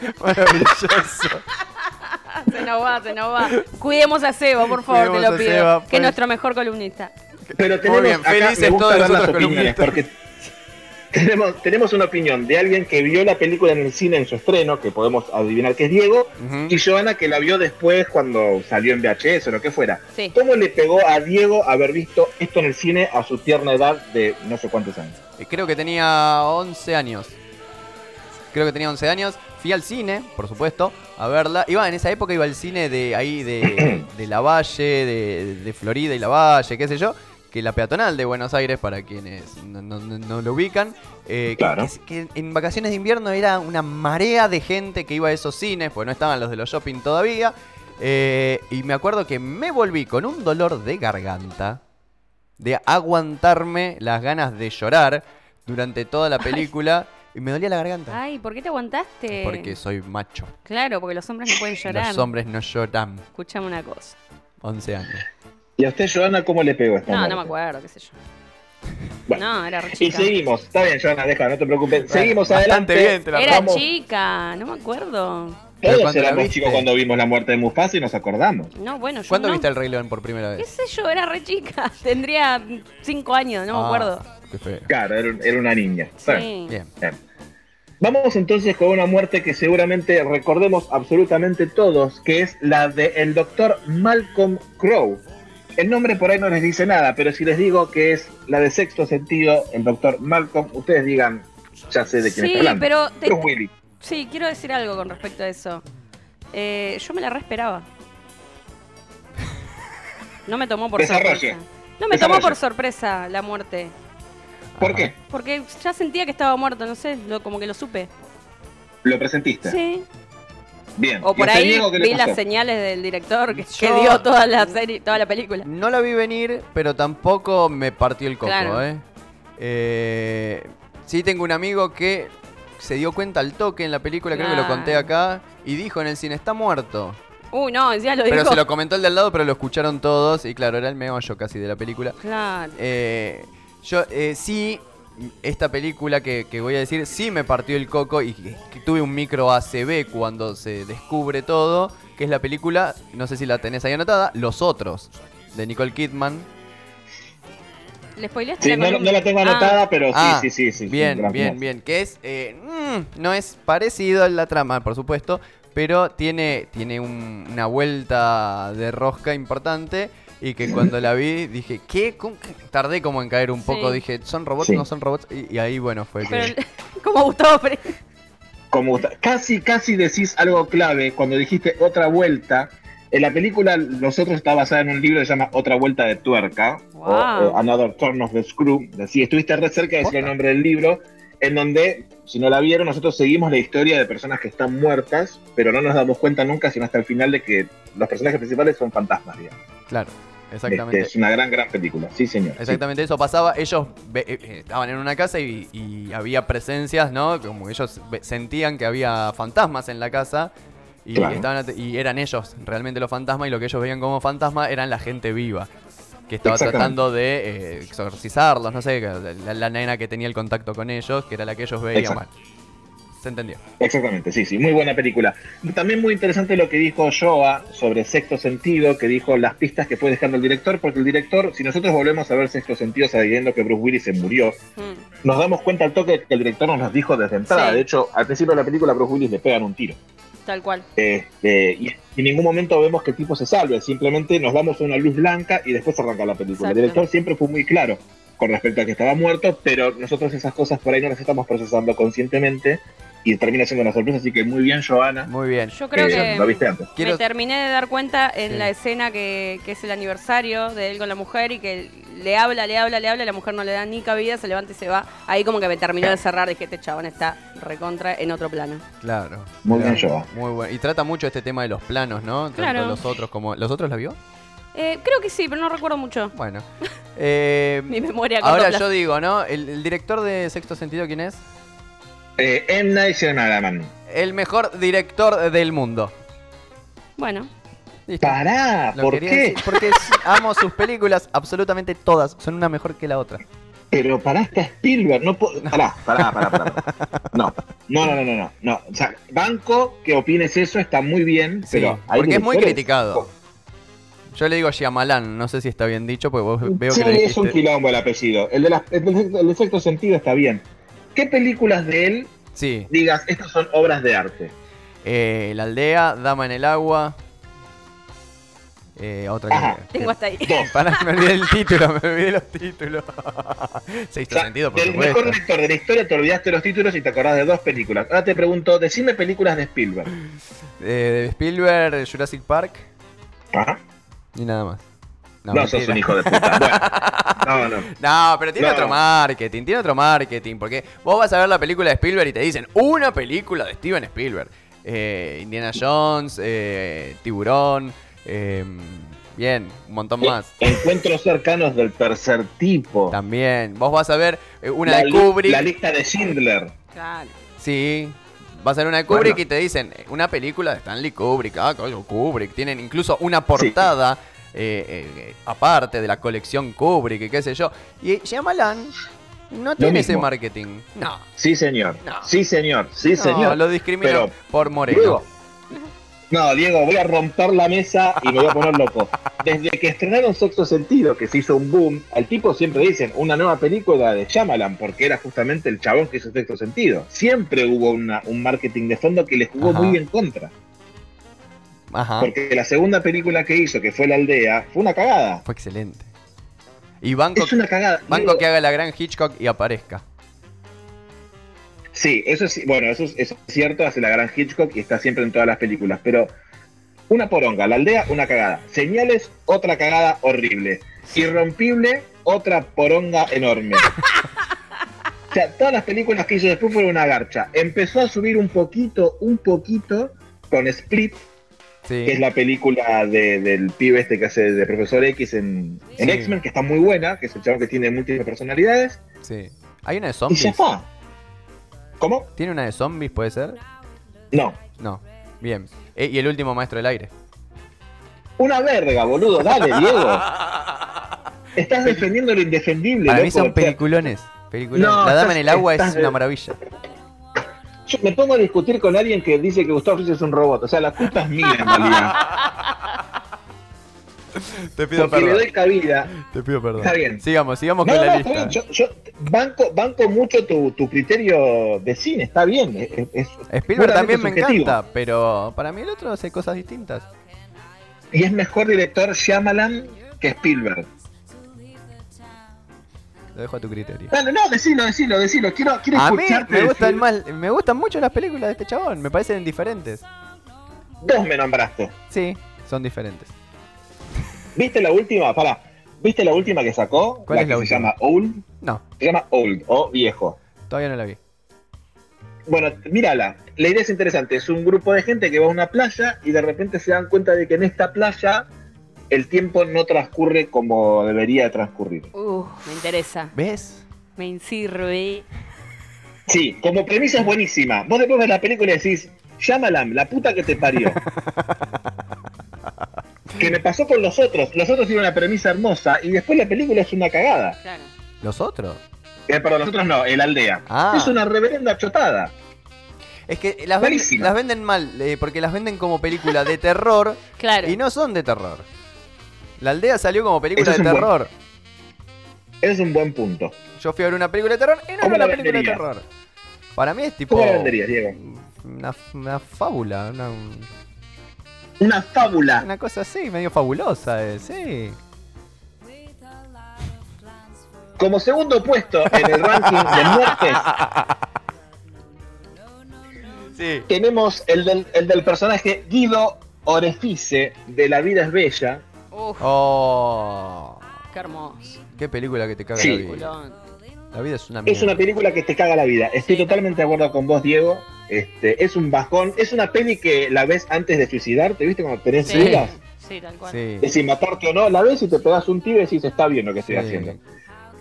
[SPEAKER 2] Maravilloso.
[SPEAKER 3] Se nos va, se nos va. Cuidemos a Seba, por favor,
[SPEAKER 2] Cuidemos
[SPEAKER 3] te lo
[SPEAKER 2] a
[SPEAKER 3] pido.
[SPEAKER 2] Seba,
[SPEAKER 3] que
[SPEAKER 2] pues.
[SPEAKER 3] es nuestro mejor columnista.
[SPEAKER 1] Pero tenemos
[SPEAKER 2] bien,
[SPEAKER 1] acá,
[SPEAKER 2] felices
[SPEAKER 1] me gusta
[SPEAKER 2] todos
[SPEAKER 1] ver las
[SPEAKER 2] nosotros
[SPEAKER 1] opiniones, porque tenemos, tenemos una opinión de alguien que vio la película en el cine en su estreno, que podemos adivinar que es Diego,
[SPEAKER 2] Ujú.
[SPEAKER 1] y Joana que la vio después cuando salió en VHS o lo que fuera.
[SPEAKER 3] Sí.
[SPEAKER 1] ¿Cómo le pegó a Diego haber visto esto en el cine a su tierna edad de no sé cuántos años?
[SPEAKER 2] Eh, Creo que tenía 11 años. Creo que tenía 11 años. Fui al cine, por supuesto, a verla. Iba en esa época iba al cine de ahí de, de La Valle, de, de Florida y La Valle, qué sé yo. Que la peatonal de Buenos Aires, para quienes no, no- no- no lo ubican, eh, que-
[SPEAKER 1] Claro.
[SPEAKER 2] que, que en vacaciones de invierno era una marea de gente que iba a esos cines, pues no estaban los de los shopping todavía. Eh, y me acuerdo que me volví con un dolor de garganta de aguantarme las ganas de llorar durante toda la película y me dolía la garganta.
[SPEAKER 3] Ay, ¿por qué te aguantaste?
[SPEAKER 2] Porque soy macho.
[SPEAKER 3] Claro, porque los hombres no pueden llorar.
[SPEAKER 2] Los hombres no lloran.
[SPEAKER 3] Escuchame una cosa.
[SPEAKER 2] 11 años.
[SPEAKER 1] ¿Y a usted, Joana, cómo le pegó esta
[SPEAKER 3] No,
[SPEAKER 1] muerte?
[SPEAKER 3] no me acuerdo, qué sé yo.
[SPEAKER 1] Bueno.
[SPEAKER 3] No, era re
[SPEAKER 1] Y
[SPEAKER 3] chica.
[SPEAKER 1] seguimos, está bien, Joana, deja, no te preocupes. seguimos
[SPEAKER 2] bastante
[SPEAKER 1] adelante.
[SPEAKER 2] bien, te la
[SPEAKER 3] Era
[SPEAKER 1] Vamos.
[SPEAKER 3] chica, no me acuerdo.
[SPEAKER 2] Pero
[SPEAKER 1] Todos
[SPEAKER 2] cuando la
[SPEAKER 1] éramos
[SPEAKER 2] viste.
[SPEAKER 1] chicos cuando vimos la muerte de Mufasa y nos acordamos.
[SPEAKER 3] No, bueno, yo
[SPEAKER 2] ¿Cuándo
[SPEAKER 3] no.
[SPEAKER 2] viste el Rey León por primera
[SPEAKER 3] ¿Qué
[SPEAKER 2] vez?
[SPEAKER 3] sé yo? Era re chica. Tendría cinco años, no me
[SPEAKER 2] Ah,
[SPEAKER 3] acuerdo.
[SPEAKER 2] Qué feo.
[SPEAKER 1] Claro, era, un- era una niña. Está bien.
[SPEAKER 3] Sí.
[SPEAKER 2] Bien.
[SPEAKER 1] Vamos entonces con una muerte que seguramente recordemos absolutamente todos, que es la del el doctor Malcolm Crowe. El nombre por ahí no les dice nada, pero si les digo que es la de sexto sentido, el doctor Malcolm, ustedes digan, ya sé de quién
[SPEAKER 3] Sí,
[SPEAKER 1] está hablando.
[SPEAKER 3] pero te-
[SPEAKER 1] Bruce Willis.
[SPEAKER 3] Sí, quiero decir algo con respecto a eso. Eh, yo me la re esperaba. No me tomó por
[SPEAKER 1] Desarrolle.
[SPEAKER 3] sorpresa. No me tomó
[SPEAKER 1] Desarrolle.
[SPEAKER 3] por sorpresa la muerte.
[SPEAKER 1] ¿Por
[SPEAKER 2] Ajá.
[SPEAKER 1] qué?
[SPEAKER 3] Porque ya sentía que estaba muerto, no sé, lo- como que lo supe.
[SPEAKER 1] ¿Lo presentiste?
[SPEAKER 3] Sí.
[SPEAKER 1] Bien.
[SPEAKER 3] O
[SPEAKER 1] ¿Y
[SPEAKER 3] por
[SPEAKER 1] a usted,
[SPEAKER 3] ahí
[SPEAKER 1] Diego, qué le
[SPEAKER 3] vi las
[SPEAKER 1] pasó?
[SPEAKER 3] señales del director que, que
[SPEAKER 2] Yo-
[SPEAKER 3] dio toda la serie, toda la película.
[SPEAKER 2] No la vi venir, pero tampoco me partió el coco,
[SPEAKER 3] Claro.
[SPEAKER 2] ¿eh? Eh, Sí tengo un amigo que se dio cuenta al toque en la película, creo que lo
[SPEAKER 3] Claro.
[SPEAKER 2] conté acá, y dijo en el cine, está muerto.
[SPEAKER 3] Uy, no, encima lo
[SPEAKER 2] Pero
[SPEAKER 3] dijo.
[SPEAKER 2] se lo comentó el de al lado, pero lo escucharon todos. Y claro, era el meollo casi de la película.
[SPEAKER 3] Claro.
[SPEAKER 2] Eh, yo eh, sí, esta película que, que voy a decir, sí me partió el coco y que- que tuve un micro ACB cuando se descubre todo, que es la película, no sé si la tenés ahí anotada, Los Otros, de Nicole Kidman.
[SPEAKER 3] ¿Le spoileaste
[SPEAKER 1] Sí, no, no
[SPEAKER 3] columna?
[SPEAKER 1] la tengo
[SPEAKER 3] Ah,
[SPEAKER 1] anotada, pero sí,
[SPEAKER 2] Ah,
[SPEAKER 1] sí, sí, sí. sí,
[SPEAKER 2] Bien,
[SPEAKER 1] gracias.
[SPEAKER 2] bien, bien. Que es. eh, mm, no es parecido a la trama, por supuesto. Pero tiene, tiene un- una vuelta de rosca importante. Y que cuando la vi dije, ¿qué? ¿Cómo que-?" Tardé como en caer un poco.
[SPEAKER 3] Sí.
[SPEAKER 2] Dije, ¿son robots?
[SPEAKER 1] Sí.
[SPEAKER 2] ¿No son robots? Y, y ahí, bueno, fue que.
[SPEAKER 3] pero- como Gustavo Fre-
[SPEAKER 1] como gusta- Casi, casi decís algo clave cuando dijiste otra vuelta. En la película Los Otros está basada en un libro que se llama Otra Vuelta de Tuerca,
[SPEAKER 3] Wow.
[SPEAKER 1] o eh, Another Turn of the Screw. Sí, estuviste re cerca de decir el
[SPEAKER 2] Posta.
[SPEAKER 1] nombre del libro, en donde, si no la vieron, nosotros seguimos la historia de personas que están muertas, pero no nos damos cuenta nunca, sino hasta el final, de que los personajes principales son fantasmas, digamos.
[SPEAKER 2] Claro, exactamente.
[SPEAKER 1] Este, es una gran, gran película. Sí, señor. Sí.
[SPEAKER 2] Exactamente eso pasaba. Ellos ve- eh, eh, estaban en una casa y, y había presencias, ¿no? Como que ellos ve- sentían que había fantasmas en la casa. Y,
[SPEAKER 1] Claro.
[SPEAKER 2] estaban at- y eran ellos realmente los fantasmas y lo que ellos veían como fantasma eran la gente viva. Que estaba
[SPEAKER 1] Exactamente.
[SPEAKER 2] tratando de eh, exorcizarlos, no sé, la, la nena que tenía el contacto con ellos, que era la que ellos veían mal.
[SPEAKER 1] Exacto.
[SPEAKER 2] ¿Se entendió?
[SPEAKER 1] Exactamente, sí, sí, muy buena película. También muy interesante lo que dijo Joa sobre Sexto Sentido, que dijo las pistas que fue dejando el director, porque el director, si nosotros volvemos a ver Sexto Sentido sabiendo que Bruce Willis se murió,
[SPEAKER 3] Mm,
[SPEAKER 1] nos damos cuenta al toque que el director nos los dijo desde entrada.
[SPEAKER 3] Sí.
[SPEAKER 1] De hecho, al principio de la película a Bruce Willis le pegan un tiro.
[SPEAKER 3] Tal cual.
[SPEAKER 1] Este, y en ningún momento vemos que el tipo se salve, simplemente nos damos una luz blanca y después arranca la película. El
[SPEAKER 3] Exacto.
[SPEAKER 1] director siempre fue muy claro con respecto a que estaba muerto, pero nosotros esas cosas por ahí no las estamos procesando conscientemente y termina siendo una sorpresa, así que muy bien, Joana.
[SPEAKER 2] Muy bien.
[SPEAKER 3] Yo creo
[SPEAKER 1] Eh,
[SPEAKER 3] que
[SPEAKER 1] lo viste antes.
[SPEAKER 2] Quiero-
[SPEAKER 3] me terminé de dar cuenta en
[SPEAKER 2] Sí.
[SPEAKER 3] la escena que, que es el aniversario de él con la mujer y que le habla, le habla, le habla, y la mujer no le da ni cabida, se levanta y se va. Ahí como que me terminó de cerrar, dije, este chabón está recontra en otro plano.
[SPEAKER 2] Claro.
[SPEAKER 1] Muy bien,
[SPEAKER 2] Claro.
[SPEAKER 1] Joa.
[SPEAKER 2] Muy bueno. Y trata mucho este tema de los planos, ¿no? Tanto
[SPEAKER 3] Claro.
[SPEAKER 2] los otros como. ¿Los otros la vio?
[SPEAKER 3] Eh, creo que sí, pero no recuerdo mucho.
[SPEAKER 2] Bueno. Eh,
[SPEAKER 3] Mi memoria a corto
[SPEAKER 2] ahora
[SPEAKER 3] plazo.
[SPEAKER 2] yo digo, ¿no? El, el director de Sexto Sentido, ¿quién es?
[SPEAKER 1] Eh, M. Night Shyamalan.
[SPEAKER 2] El mejor director del mundo.
[SPEAKER 3] Bueno,
[SPEAKER 2] Listo.
[SPEAKER 1] Pará,
[SPEAKER 2] Lo
[SPEAKER 1] ¿por
[SPEAKER 2] quería
[SPEAKER 1] qué?
[SPEAKER 2] decir porque sí, amo sus películas, absolutamente todas. Son una mejor que la otra.
[SPEAKER 1] Pero pará, está Spielberg. No puedo... Pará, pará, pará, pará. No, No, no, no, no, no, no. O sea, banco que opines eso está muy bien,
[SPEAKER 2] Sí,
[SPEAKER 1] pero hay
[SPEAKER 2] porque es muy
[SPEAKER 1] directores-
[SPEAKER 2] criticado. Yo le digo Shyamalan, no sé si está bien dicho, porque vos veo
[SPEAKER 1] sí,
[SPEAKER 2] que le
[SPEAKER 1] es un
[SPEAKER 2] dijiste-
[SPEAKER 1] quilombo el apellido. El de, las- el de- el de sexto sentido está bien. ¿Qué películas de él
[SPEAKER 2] Sí,
[SPEAKER 1] digas, estas son obras de arte?
[SPEAKER 2] eh, La Aldea, Dama en el Agua. Eh, otra
[SPEAKER 1] Ajá.
[SPEAKER 2] que...
[SPEAKER 3] Tengo hasta ahí.
[SPEAKER 1] Dos.
[SPEAKER 2] Pará, me olvidé el título, me olvidé los títulos.
[SPEAKER 1] O
[SPEAKER 2] Sexto
[SPEAKER 1] sea,
[SPEAKER 2] sentido, por
[SPEAKER 1] del
[SPEAKER 2] supuesto.
[SPEAKER 1] mejor director de la historia te olvidaste los títulos y te acordás de dos películas. Ahora te pregunto, decime películas de Spielberg.
[SPEAKER 2] Eh, de Spielberg, Jurassic Park
[SPEAKER 1] Ajá.
[SPEAKER 2] y nada más. No,
[SPEAKER 1] ¿Ah? No,
[SPEAKER 2] mentira.
[SPEAKER 1] sos un hijo de puta. Bueno, no, no.
[SPEAKER 2] No, pero tiene
[SPEAKER 1] No.
[SPEAKER 2] otro marketing, tiene otro marketing, porque vos vas a ver la película de Spielberg y te dicen, una película de Steven Spielberg. Eh, Indiana Jones, eh, Tiburón, eh, bien, un montón más.
[SPEAKER 1] Encuentros cercanos del tercer tipo.
[SPEAKER 2] También, vos vas a ver eh, una
[SPEAKER 1] la,
[SPEAKER 2] de
[SPEAKER 1] li-
[SPEAKER 2] Kubrick.
[SPEAKER 1] la lista de Schindler.
[SPEAKER 3] Claro.
[SPEAKER 2] Sí. Va a ser una de Kubrick
[SPEAKER 1] Bueno.
[SPEAKER 2] y te dicen eh, una película de Stanley Kubrick. Ah, coño, Kubrick. Tienen incluso una portada eh, eh, eh, aparte de la colección Kubrick y qué sé yo. Y Shyamalan no tiene ese
[SPEAKER 1] mismo.
[SPEAKER 2] marketing. No.
[SPEAKER 1] Sí, señor.
[SPEAKER 2] No.
[SPEAKER 1] Sí, señor. Sí,
[SPEAKER 2] no,
[SPEAKER 1] señor.
[SPEAKER 2] lo discriminan
[SPEAKER 1] Pero-
[SPEAKER 2] por Moreno.
[SPEAKER 1] Diego. No, Diego, voy a romper la mesa y me voy a poner loco. Desde que estrenaron Sexto Sentido, que se hizo un boom, al tipo siempre dicen una nueva película de Shyamalan, porque era justamente el chabón que hizo Sexto Sentido. Siempre hubo una- un marketing de fondo que le jugó
[SPEAKER 2] Ajá. Ah.
[SPEAKER 1] muy en contra.
[SPEAKER 2] Ajá.
[SPEAKER 1] Porque la segunda película que hizo, que fue La Aldea, fue una cagada.
[SPEAKER 2] Fue excelente. Y banco,
[SPEAKER 1] Es una cagada.
[SPEAKER 2] banco
[SPEAKER 1] Diego,
[SPEAKER 2] que haga la gran Hitchcock y aparezca.
[SPEAKER 1] Sí, eso es, bueno, eso es, eso es cierto, hace la gran Hitchcock y está siempre en todas las películas, pero una poronga, la aldea, una cagada, señales, otra cagada horrible, irrompible, otra poronga enorme. O sea, todas las películas que hizo después fueron una garcha. Empezó a subir un poquito, un poquito con Split,
[SPEAKER 2] Sí.
[SPEAKER 1] que es la película de- del pibe este que hace de Profesor X en, en
[SPEAKER 2] Sí.
[SPEAKER 1] X-Men, que está muy buena, que es el chavo que tiene múltiples personalidades,
[SPEAKER 2] sí. Hay una
[SPEAKER 1] y
[SPEAKER 2] de
[SPEAKER 1] ya
[SPEAKER 2] zombies.
[SPEAKER 1] está. ¿Cómo?
[SPEAKER 2] ¿Tiene una de zombies, puede ser?
[SPEAKER 1] No,
[SPEAKER 2] No. Bien. Eh, y el último maestro del aire.
[SPEAKER 1] Una verga, boludo, dale, Diego. Estás defendiendo lo indefendible.
[SPEAKER 2] Para mí
[SPEAKER 1] loco.
[SPEAKER 2] son
[SPEAKER 1] O sea,
[SPEAKER 2] peliculones. peliculones.
[SPEAKER 1] No,
[SPEAKER 2] la dama
[SPEAKER 1] estás-
[SPEAKER 2] en el agua es
[SPEAKER 1] estás-
[SPEAKER 2] una maravilla.
[SPEAKER 1] yo me pongo a discutir con alguien que dice que Gustavo Fritz es un robot. O sea, la culpa es mía en realidad.
[SPEAKER 2] Te pido
[SPEAKER 1] Porque le doy cabida.
[SPEAKER 2] Te pido perdón.
[SPEAKER 1] Está bien.
[SPEAKER 2] Sigamos, sigamos
[SPEAKER 1] No, no,
[SPEAKER 2] con la
[SPEAKER 1] está bien.
[SPEAKER 2] lista.
[SPEAKER 1] Yo, yo banco, banco mucho tu, tu criterio de cine, está bien. Es, es-
[SPEAKER 2] Spielberg también me
[SPEAKER 1] puramente subjetivo.
[SPEAKER 2] encanta, pero para mí el otro hace cosas distintas.
[SPEAKER 1] Y es mejor director Shyamalan que Spielberg.
[SPEAKER 2] Lo dejo a tu criterio.
[SPEAKER 1] Bueno, no, decilo, decilo, decilo. Quiero, quiero
[SPEAKER 2] A mí
[SPEAKER 1] escucharte.
[SPEAKER 2] me gustan,
[SPEAKER 1] decir-
[SPEAKER 2] más, me gustan mucho las películas de este chabón, me parecen diferentes.
[SPEAKER 1] Dos me nombraste.
[SPEAKER 2] Sí, son diferentes.
[SPEAKER 1] ¿Viste la última? Pará. ¿Viste la última que sacó?
[SPEAKER 2] ¿Cuál
[SPEAKER 1] la
[SPEAKER 2] es
[SPEAKER 1] que
[SPEAKER 2] la
[SPEAKER 1] se
[SPEAKER 2] última?
[SPEAKER 1] llama Old.
[SPEAKER 2] No,
[SPEAKER 1] Se llama Old o Viejo.
[SPEAKER 2] todavía no la vi.
[SPEAKER 1] Bueno, mírala. La idea es interesante. Es un grupo de gente que va a una playa y de repente se dan cuenta de que en esta playa el tiempo no transcurre como debería transcurrir.
[SPEAKER 3] Uh, me interesa.
[SPEAKER 2] ¿Ves?
[SPEAKER 3] Me sirve.
[SPEAKER 1] Sí, como premisa es buenísima. Vos después ves la película y decís, Shyamalan, la puta que te parió. que me pasó con los otros. Los otros tienen una premisa hermosa y después la película es una cagada.
[SPEAKER 3] Claro.
[SPEAKER 2] ¿Los otros?
[SPEAKER 1] Eh, perdón, los otros no, el aldea.
[SPEAKER 2] Ah.
[SPEAKER 1] Es una reverenda chotada.
[SPEAKER 2] Es que las, ven-
[SPEAKER 1] Malísima.
[SPEAKER 2] las venden mal, eh, porque las venden como película de terror
[SPEAKER 3] Claro.
[SPEAKER 2] y no son de terror. La aldea salió como película
[SPEAKER 1] Eso es
[SPEAKER 2] de
[SPEAKER 1] un buen-
[SPEAKER 2] terror.
[SPEAKER 1] Ese es un buen punto.
[SPEAKER 2] Yo fui a ver una película de terror y no
[SPEAKER 1] ¿Cómo
[SPEAKER 2] era
[SPEAKER 1] la
[SPEAKER 2] una película de
[SPEAKER 1] vendería?
[SPEAKER 2] terror. Para mí es tipo.
[SPEAKER 1] ¿Cómo la venderías, Diego?
[SPEAKER 2] Una, una fábula, una,
[SPEAKER 1] Una fábula.
[SPEAKER 2] una cosa así, medio fabulosa, eh, sí.
[SPEAKER 1] Como segundo puesto en el ranking de muertes,
[SPEAKER 2] Sí.
[SPEAKER 1] tenemos el del, el del personaje Guido Orefice de La vida es bella.
[SPEAKER 3] Uf,
[SPEAKER 2] Oh,
[SPEAKER 3] qué hermoso.
[SPEAKER 2] qué película que te caga
[SPEAKER 1] Sí.
[SPEAKER 2] la vida.
[SPEAKER 3] Culón.
[SPEAKER 2] La vida es una mierda.
[SPEAKER 1] Es una película que te caga la vida. Estoy
[SPEAKER 3] Sí.
[SPEAKER 1] totalmente de acuerdo con vos, Diego. Este, es un bajón. Es una peli que la ves antes de suicidarte, ¿viste? Cuando tenés
[SPEAKER 3] Sí.
[SPEAKER 1] dudas
[SPEAKER 3] Sí, tal cual.
[SPEAKER 2] Sí.
[SPEAKER 1] de si matarte o no. La ves y te pegas un tiro y decís, está bien lo que estoy
[SPEAKER 2] Sí.
[SPEAKER 1] haciendo.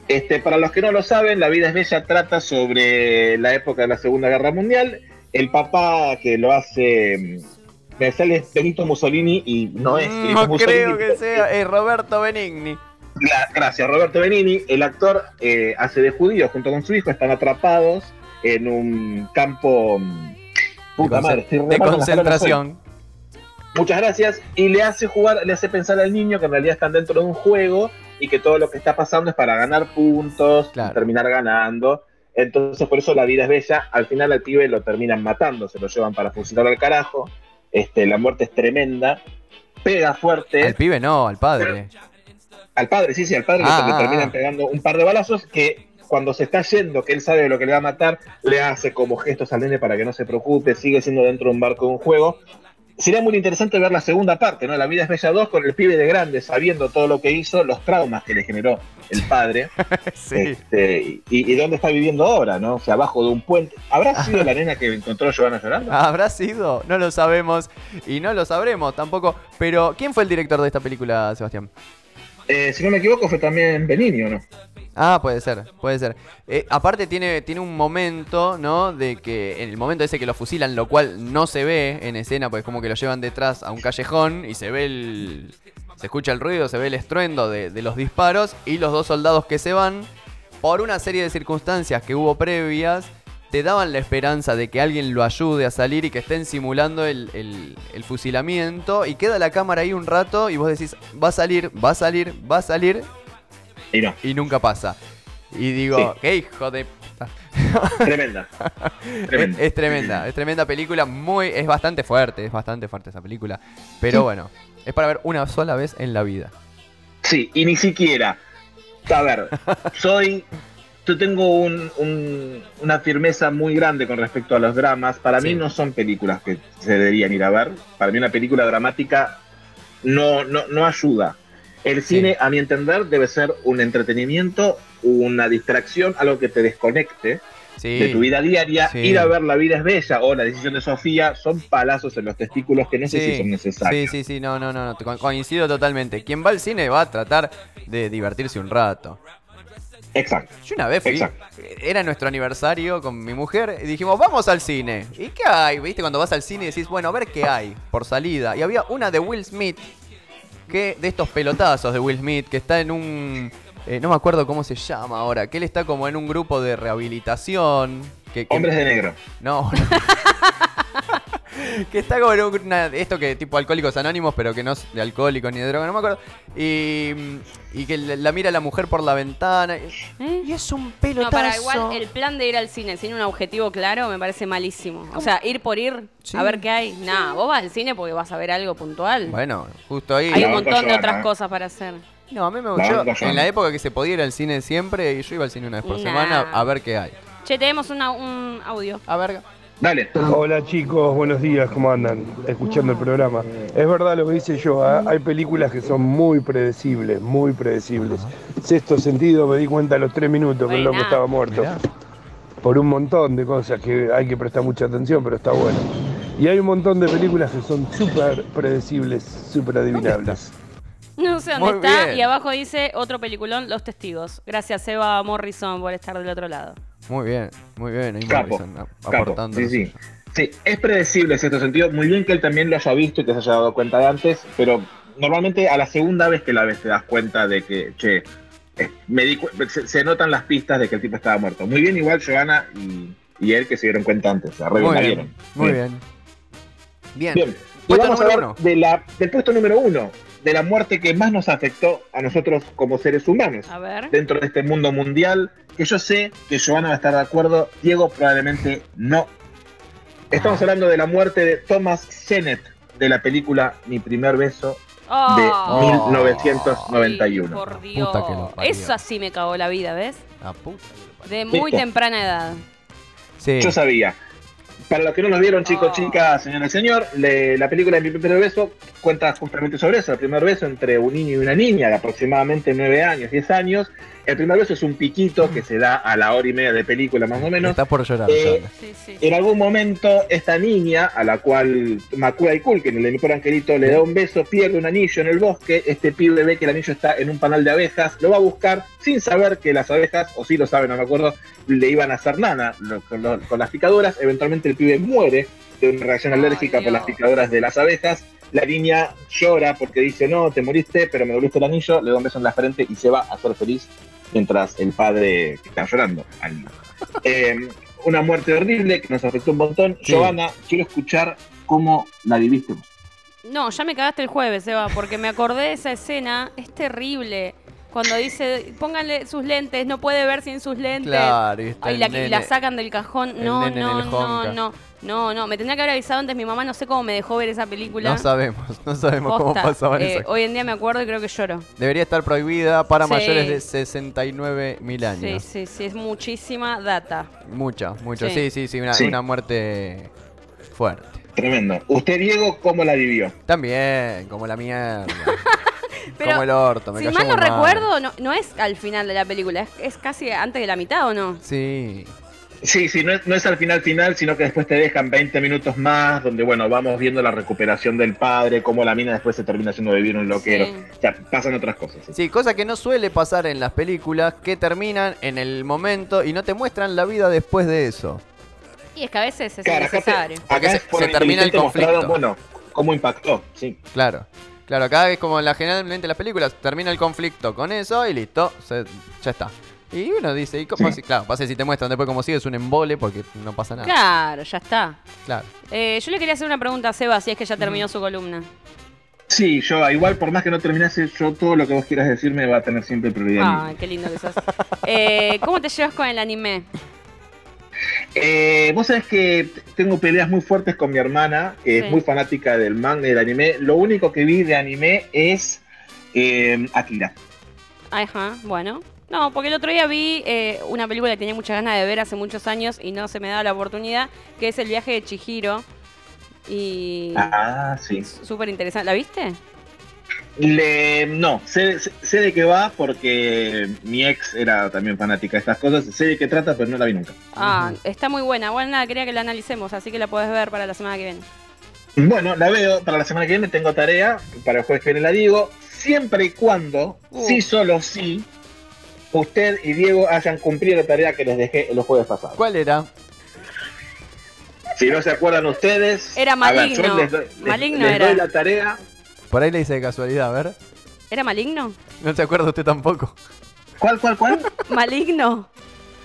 [SPEAKER 1] Este, para los que no lo saben, La vida es bella trata sobre la época de la Segunda Guerra Mundial. El papá que lo hace mm, me sale Benito Mussolini y no es.
[SPEAKER 2] Mm,
[SPEAKER 1] Benito
[SPEAKER 2] No
[SPEAKER 1] Mussolini.
[SPEAKER 2] creo que sea. eh, Roberto Benigni.
[SPEAKER 1] Gra- Gracias, Roberto Benini. El actor eh, hace de judío junto con su hijo, están atrapados en un campo. mm, Puta
[SPEAKER 2] de,
[SPEAKER 1] madre,
[SPEAKER 2] conce-
[SPEAKER 1] estoy re
[SPEAKER 2] de
[SPEAKER 1] mal con las palabras hoy.
[SPEAKER 2] concentración.
[SPEAKER 1] Muchas gracias. Y le hace jugar, le hace pensar al niño que en realidad están dentro de un juego y que todo lo que está pasando es para ganar puntos,
[SPEAKER 2] Claro.
[SPEAKER 1] terminar ganando. Entonces, por eso la vida es bella. Al final al pibe lo terminan matando, se lo llevan para fusilar al carajo. Este, la muerte es tremenda. Pega fuerte.
[SPEAKER 2] Al pibe no, al padre.
[SPEAKER 1] Al padre, sí, sí, al padre
[SPEAKER 2] Ah,
[SPEAKER 1] le
[SPEAKER 2] ah,
[SPEAKER 1] terminan
[SPEAKER 2] ah.
[SPEAKER 1] pegando un par de balazos que cuando se está yendo, que él sabe lo que le va a matar, le hace como gestos al nene para que no se preocupe, sigue siendo dentro de un barco de un juego. Sería muy interesante ver la segunda parte, ¿no? La vida es bella 2 con el pibe de grande, sabiendo todo lo que hizo, los traumas que le generó el padre,
[SPEAKER 2] sí.
[SPEAKER 1] este, y, y dónde está viviendo ahora, ¿no? O sea, abajo de un puente. ¿Habrá sido la nena que encontró Giovanna llorando?
[SPEAKER 2] ¿Habrá sido? No lo sabemos. Y no lo sabremos tampoco. Pero, ¿quién fue el director de esta película, Sebastián?
[SPEAKER 1] Eh, si no me equivoco, fue también Benigni, ¿o no?
[SPEAKER 2] Ah, puede ser, puede ser. Eh, aparte tiene, tiene un momento, ¿no? De que en el momento ese que lo fusilan, lo cual no se ve en escena, pues como que lo llevan detrás a un callejón y se ve el... Se escucha el ruido, se ve el estruendo de, de los disparos y los dos soldados que se van, por una serie de circunstancias que hubo previas, te daban la esperanza de que alguien lo ayude a salir y que estén simulando el, el- el fusilamiento y queda la cámara ahí un rato y vos decís, va a salir, va a salir, va a salir
[SPEAKER 1] Y no,
[SPEAKER 2] y nunca pasa. Y digo,
[SPEAKER 1] Sí.
[SPEAKER 2] qué hijo de... puta".
[SPEAKER 1] tremenda.
[SPEAKER 2] Es,
[SPEAKER 1] tremenda.
[SPEAKER 2] es tremenda, es tremenda película, muy, es bastante fuerte, es bastante fuerte esa película. Pero bueno, es para ver una sola vez en la vida.
[SPEAKER 1] Sí, y ni siquiera. A ver, soy. Yo tengo un- un- una firmeza muy grande con respecto a los dramas. Para mí
[SPEAKER 2] Sí.
[SPEAKER 1] no son películas que se deberían ir a ver. Para mí una película dramática no, no, no ayuda. El cine, a mi entender, debe ser un entretenimiento, una distracción, algo que te desconecte
[SPEAKER 2] Sí.
[SPEAKER 1] de tu vida diaria.
[SPEAKER 2] Sí.
[SPEAKER 1] Ir a ver La vida es bella o La decisión de Sofía son palazos en los testículos que no sé si son necesarios.
[SPEAKER 2] sí, sí, sí, no, no, no, no, co- coincido totalmente. Quien va al cine va a tratar de divertirse un rato.
[SPEAKER 1] Exacto.
[SPEAKER 2] Yo una vez fui,
[SPEAKER 1] Exacto.
[SPEAKER 2] era nuestro aniversario con mi mujer y dijimos, vamos al cine. ¿Y qué hay? ¿Viste? Cuando vas al cine decís, bueno, a ver qué hay por salida. Y había una de Will Smith, que de estos pelotazos de Will Smith, que está en un... eh, no me acuerdo cómo se llama ahora, que él está como en un grupo de rehabilitación. Que, que-
[SPEAKER 1] Hombres de negro.
[SPEAKER 2] No. que está como en una, esto que tipo alcohólicos anónimos, pero que no es de alcohólico ni de droga, no me acuerdo. Y, y que la la mira la mujer por la ventana. Y es un
[SPEAKER 3] No,
[SPEAKER 2] pelotazo.
[SPEAKER 3] para igual el plan de ir al cine sin un objetivo claro me parece malísimo. O sea, ir por ir
[SPEAKER 2] Sí.
[SPEAKER 3] a ver qué hay. Nah, vos vas al cine porque vas a ver algo puntual.
[SPEAKER 2] Bueno, justo ahí.
[SPEAKER 3] Hay
[SPEAKER 1] La
[SPEAKER 3] un
[SPEAKER 1] banco
[SPEAKER 3] montón de
[SPEAKER 1] Joana,
[SPEAKER 3] otras
[SPEAKER 1] ¿eh?
[SPEAKER 3] cosas para hacer.
[SPEAKER 2] No, a mí me
[SPEAKER 1] La
[SPEAKER 2] yo,
[SPEAKER 1] banco yo.
[SPEAKER 2] En la época que se podía ir al cine siempre, y yo iba al cine una vez por
[SPEAKER 3] Nah.
[SPEAKER 2] semana a ver qué hay.
[SPEAKER 3] Che, tenemos una- un audio.
[SPEAKER 2] A ver.
[SPEAKER 1] Dale.
[SPEAKER 5] Hola chicos, buenos días, ¿cómo andan? Escuchando el programa. Es verdad lo que hice yo, ¿ah? hay películas que son muy predecibles, muy predecibles. Sexto sentido, me di cuenta a los tres minutos que el loco
[SPEAKER 3] Buena.
[SPEAKER 5] estaba muerto.
[SPEAKER 2] Mirá.
[SPEAKER 5] Por un montón de cosas que hay que prestar mucha atención, pero está bueno. Y hay un montón de películas que son súper predecibles, súper adivinables.
[SPEAKER 3] No sé dónde
[SPEAKER 2] Muy
[SPEAKER 3] está.
[SPEAKER 2] bien.
[SPEAKER 3] Y abajo dice otro peliculón, Los Testigos. Gracias, Eva Morrison, por estar del otro lado.
[SPEAKER 2] Muy bien, muy bien. ahí
[SPEAKER 1] Capo,
[SPEAKER 2] Morrison, a-
[SPEAKER 1] Capo,
[SPEAKER 2] aportando.
[SPEAKER 1] Sí, sí. Sí, es predecible en cierto sentido. Muy bien que él también lo haya visto y que se haya dado cuenta de antes, pero normalmente a la segunda vez que la ves te das cuenta de que, che, eh, me di cu- se, se notan las pistas de que el tipo estaba muerto. Muy bien, igual Giovanna y, y él que se dieron cuenta antes. Se re bien
[SPEAKER 2] Muy
[SPEAKER 1] la
[SPEAKER 2] bien,
[SPEAKER 1] vieron.
[SPEAKER 2] muy bien. Bien.
[SPEAKER 1] Bien. Y
[SPEAKER 2] Puesto
[SPEAKER 1] vamos a
[SPEAKER 2] número
[SPEAKER 1] hablar
[SPEAKER 2] uno.
[SPEAKER 1] de la, del puesto número uno, de la muerte que más nos afectó a nosotros como seres humanos
[SPEAKER 3] A ver.
[SPEAKER 1] dentro de este mundo mundial, que yo sé que Giovanna va a estar de acuerdo, Diego probablemente no.
[SPEAKER 3] Ah.
[SPEAKER 1] Estamos hablando de la muerte de Thomas Sennett de la película Mi primer beso de
[SPEAKER 3] Oh,
[SPEAKER 2] mil-
[SPEAKER 1] 1991.
[SPEAKER 3] sí, Por Dios.
[SPEAKER 2] Puta que lo parió.
[SPEAKER 3] Eso así me cagó la vida, ¿ves?
[SPEAKER 2] La puta que lo parió.
[SPEAKER 3] De muy
[SPEAKER 1] Listo.
[SPEAKER 3] temprana edad.
[SPEAKER 2] Sí.
[SPEAKER 1] Yo sabía. Para los que no nos vieron, chicos,
[SPEAKER 3] Oh.
[SPEAKER 1] chicas, señores y señor, le- la película de Mi primer beso cuenta justamente sobre eso, el primer beso entre un niño y una niña de aproximadamente 9 años, 10 años. El primer beso es un piquito que se da a la hora y media de película más o menos.
[SPEAKER 2] Estás por llorar.
[SPEAKER 1] Eh,
[SPEAKER 2] Sandra.
[SPEAKER 3] Sí, sí.
[SPEAKER 1] En algún momento, esta niña, a la cual Macuay Culkin, el de mi pobre angelito, le da un beso, pierde un anillo en el bosque. Este pibe ve que el anillo está en un panal de abejas, lo va a buscar sin saber que las abejas, o si lo saben, no me acuerdo, le iban a hacer nana lo- con, lo- con las picaduras. Eventualmente, el pibe muere de una reacción
[SPEAKER 3] Ay,
[SPEAKER 1] alérgica por
[SPEAKER 3] Dios.
[SPEAKER 1] las picaduras de las abejas. La niña llora porque dice: No, te moriste, pero me devolviste el anillo. Le da un beso en la frente y se va a ser feliz mientras el padre está llorando. al- Eh, una muerte horrible que nos afectó un montón.
[SPEAKER 2] Sí.
[SPEAKER 1] Giovanna, quiero escuchar cómo la viviste. vos.
[SPEAKER 3] No, ya me cagaste el jueves, Eva, porque me acordé de esa escena. Es terrible. Cuando dice, pónganle sus lentes, no puede ver sin sus lentes.
[SPEAKER 2] Claro, y está
[SPEAKER 3] Ay,
[SPEAKER 2] el
[SPEAKER 3] la,
[SPEAKER 2] nene.
[SPEAKER 3] la sacan del cajón.
[SPEAKER 2] El
[SPEAKER 3] No,
[SPEAKER 2] nene en
[SPEAKER 3] no,
[SPEAKER 2] el
[SPEAKER 3] no,
[SPEAKER 2] Honka.
[SPEAKER 3] no. No, no. Me tendría que haber avisado antes mi mamá. No sé cómo me dejó ver esa película.
[SPEAKER 2] No sabemos, no sabemos cómo
[SPEAKER 3] Posta.
[SPEAKER 2] pasaban
[SPEAKER 3] Eh,
[SPEAKER 2] esas cosas.
[SPEAKER 3] Hoy en día me acuerdo y creo que lloro.
[SPEAKER 2] Debería estar prohibida para
[SPEAKER 3] Sí.
[SPEAKER 2] mayores de 69 mil
[SPEAKER 3] Sí,
[SPEAKER 2] años.
[SPEAKER 3] sí, sí. Es muchísima data.
[SPEAKER 2] Mucha, mucha.
[SPEAKER 3] Sí.
[SPEAKER 2] Sí, sí, sí, una,
[SPEAKER 1] Sí.
[SPEAKER 2] una muerte fuerte.
[SPEAKER 1] Tremendo. ¿Usted, Diego, cómo la vivió?
[SPEAKER 2] También, como la mierda.
[SPEAKER 3] Pero,
[SPEAKER 2] como el orto, me
[SPEAKER 3] si
[SPEAKER 2] cayó
[SPEAKER 3] mal no
[SPEAKER 2] muy
[SPEAKER 3] recuerdo, no, no es al final de la película. Es, es casi antes de la mitad, ¿o no?
[SPEAKER 2] Sí.
[SPEAKER 1] Sí, sí, no es, no es al final final, sino que después te dejan 20 minutos más, donde, bueno, vamos viendo la recuperación del padre, cómo la mina después se termina haciendo vivir un loquero.
[SPEAKER 3] Sí.
[SPEAKER 1] O sea, pasan otras cosas. sí.
[SPEAKER 2] Sí, cosa que no suele pasar en las películas que terminan en el momento y no te muestran la vida después de eso.
[SPEAKER 3] Y es que a veces es
[SPEAKER 1] Claro, acá, te-
[SPEAKER 3] innecesario.
[SPEAKER 1] acá
[SPEAKER 2] se-
[SPEAKER 1] es por
[SPEAKER 2] se termina el
[SPEAKER 1] inteligente mostrado,
[SPEAKER 2] conflicto.
[SPEAKER 1] bueno, cómo impactó, sí.
[SPEAKER 2] Claro. Claro, acá es como la generalmente las películas, termina el conflicto con eso y listo, se- ya está. Y uno dice, ¿y cómo
[SPEAKER 1] Sí.
[SPEAKER 2] si- Claro, pasa que si te muestran después cómo sigue es un embole porque no pasa nada.
[SPEAKER 3] Claro, ya está.
[SPEAKER 2] Claro.
[SPEAKER 3] Eh, yo le quería hacer una pregunta a Seba, si es que ya terminó su columna.
[SPEAKER 1] Sí, yo, igual, por más que no terminase, yo todo lo que vos quieras decirme va a tener siempre prioridad. en mí.
[SPEAKER 3] Ay, Ah, qué lindo que sos. Eh, ¿Cómo te llevas con el anime?
[SPEAKER 1] Eh, Vos sabés que t- tengo peleas muy fuertes con mi hermana, que
[SPEAKER 3] Sí.
[SPEAKER 1] es muy fanática del manga y del anime. Lo único que vi de anime es eh, Akira.
[SPEAKER 3] Ajá, bueno. No, porque el otro día vi eh, una película que tenía muchas ganas de ver hace muchos años y no se me daba la oportunidad, que es El viaje de Chihiro. Y...
[SPEAKER 1] Ah, sí.
[SPEAKER 3] Súper interesante. ¿La viste?
[SPEAKER 1] Le- no, sé, sé- sé de qué va porque mi ex era también fanática de estas cosas. Sé de qué trata, pero no la vi nunca.
[SPEAKER 3] Ah, está muy buena. Bueno, nada, quería que la analicemos, así que la podés ver para la semana que viene.
[SPEAKER 1] Bueno, la veo para la semana que viene. Tengo tarea para el jueves que viene la digo. Siempre y cuando,
[SPEAKER 3] Uh.
[SPEAKER 1] sí, solo sí, usted y Diego hayan cumplido la tarea que les dejé los jueves pasados.
[SPEAKER 2] ¿Cuál era?
[SPEAKER 1] Si no se acuerdan ustedes.
[SPEAKER 3] Era
[SPEAKER 1] a ver, yo
[SPEAKER 3] maligno.
[SPEAKER 1] les doy- les-
[SPEAKER 3] Maligno
[SPEAKER 1] les
[SPEAKER 3] era.
[SPEAKER 1] doy la tarea.
[SPEAKER 2] Por ahí le hice de casualidad, a ver.
[SPEAKER 3] ¿Era maligno?
[SPEAKER 2] No se acuerda usted tampoco.
[SPEAKER 1] ¿Cuál, cuál, cuál?
[SPEAKER 3] ¿Maligno?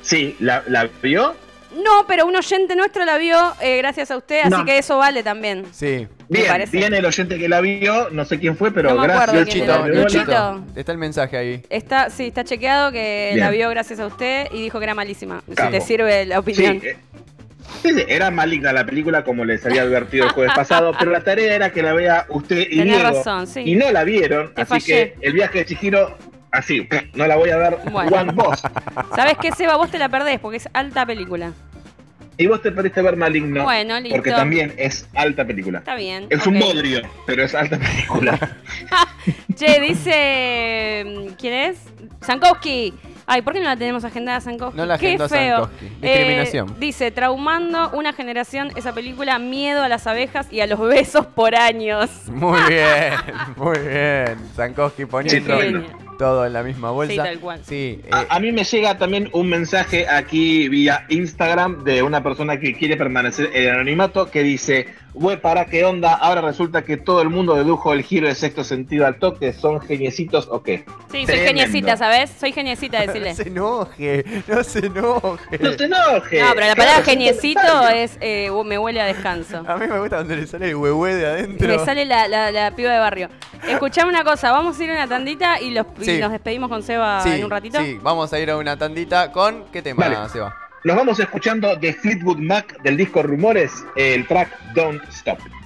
[SPEAKER 1] sí, la, la vio.
[SPEAKER 3] No, pero un oyente nuestro la vio eh, gracias a usted, así
[SPEAKER 1] No.
[SPEAKER 3] que eso vale también.
[SPEAKER 2] Sí.
[SPEAKER 3] Me
[SPEAKER 1] Bien,
[SPEAKER 3] parece.
[SPEAKER 1] bien el oyente que la vio. No sé quién fue, pero
[SPEAKER 3] No me acuerdo
[SPEAKER 1] gracias.
[SPEAKER 3] quién
[SPEAKER 1] por
[SPEAKER 2] Luchito,
[SPEAKER 3] era.
[SPEAKER 1] la bola.
[SPEAKER 3] Luchito.
[SPEAKER 2] Luchito. Está el mensaje ahí.
[SPEAKER 3] Está, sí, está chequeado que la
[SPEAKER 1] Bien.
[SPEAKER 3] vio gracias a usted y dijo que era malísima. Si
[SPEAKER 1] Capo.
[SPEAKER 3] te sirve la
[SPEAKER 1] Sí,
[SPEAKER 3] opinión.
[SPEAKER 1] eh, sí, sí, era maligna la película como les había advertido el jueves pasado, pero la tarea era que la vea usted y
[SPEAKER 3] Tenés
[SPEAKER 1] Diego.
[SPEAKER 3] razón, sí.
[SPEAKER 1] Y no la vieron,
[SPEAKER 3] Te
[SPEAKER 1] así
[SPEAKER 3] fallé.
[SPEAKER 1] que el viaje de Chihiro, así, no la voy a dar
[SPEAKER 3] Bueno.
[SPEAKER 1] Juan vos.
[SPEAKER 3] ¿Sabes qué, Seba? Vos te la perdés porque es alta película.
[SPEAKER 1] Y vos te perdiste ver Maligno,
[SPEAKER 3] Bueno, listo.
[SPEAKER 1] porque también es alta película.
[SPEAKER 3] Está bien.
[SPEAKER 1] Es un
[SPEAKER 3] ok.
[SPEAKER 1] bodrio, pero es alta película.
[SPEAKER 3] Che, dice. mm, ¿Quién es? Sankowski. Ay, ¿por qué no la tenemos agendada Sankowski?
[SPEAKER 2] No la
[SPEAKER 3] qué
[SPEAKER 2] agendó
[SPEAKER 3] feo.
[SPEAKER 2] Sankowski. Discriminación.
[SPEAKER 3] Eh, dice, traumando una generación esa película, miedo a las abejas y a los besos por años.
[SPEAKER 2] Muy bien, muy bien. Sankoski poniendo
[SPEAKER 1] tremendo.
[SPEAKER 2] todo en la misma bolsa.
[SPEAKER 3] Sí, tal cual.
[SPEAKER 2] Sí, eh,
[SPEAKER 1] A, a mí me llega también un mensaje aquí vía Instagram de una persona que quiere permanecer en el anonimato que dice, güey, para qué onda, ahora resulta que todo el mundo dedujo el giro de sexto sentido al toque, son geniecitos o qué.
[SPEAKER 3] Sí, soy
[SPEAKER 1] Tremendo.
[SPEAKER 3] geniecita, ¿sabes? Soy geniecita, decirle.
[SPEAKER 2] no se enoje, no se enoje.
[SPEAKER 1] No te enojes.
[SPEAKER 3] No, pero la
[SPEAKER 1] Claro,
[SPEAKER 3] palabra
[SPEAKER 1] Eh, es un
[SPEAKER 3] geniecito
[SPEAKER 1] comentario.
[SPEAKER 3] es eh, me huele a descanso.
[SPEAKER 2] A mí me gusta donde le sale el huehue de adentro.
[SPEAKER 3] Me sale la, la- la piba de barrio. Escuchame una cosa, vamos a ir a una tandita y, los, y
[SPEAKER 2] Sí.
[SPEAKER 3] nos despedimos con Seba
[SPEAKER 2] sí,
[SPEAKER 3] en un ratito.
[SPEAKER 2] Sí, vamos a ir a una tandita con. ¿Qué tema,
[SPEAKER 1] Vale.
[SPEAKER 2] Seba?
[SPEAKER 1] Nos vamos escuchando de Fleetwood Mac del disco Rumores, el track Don't Stop.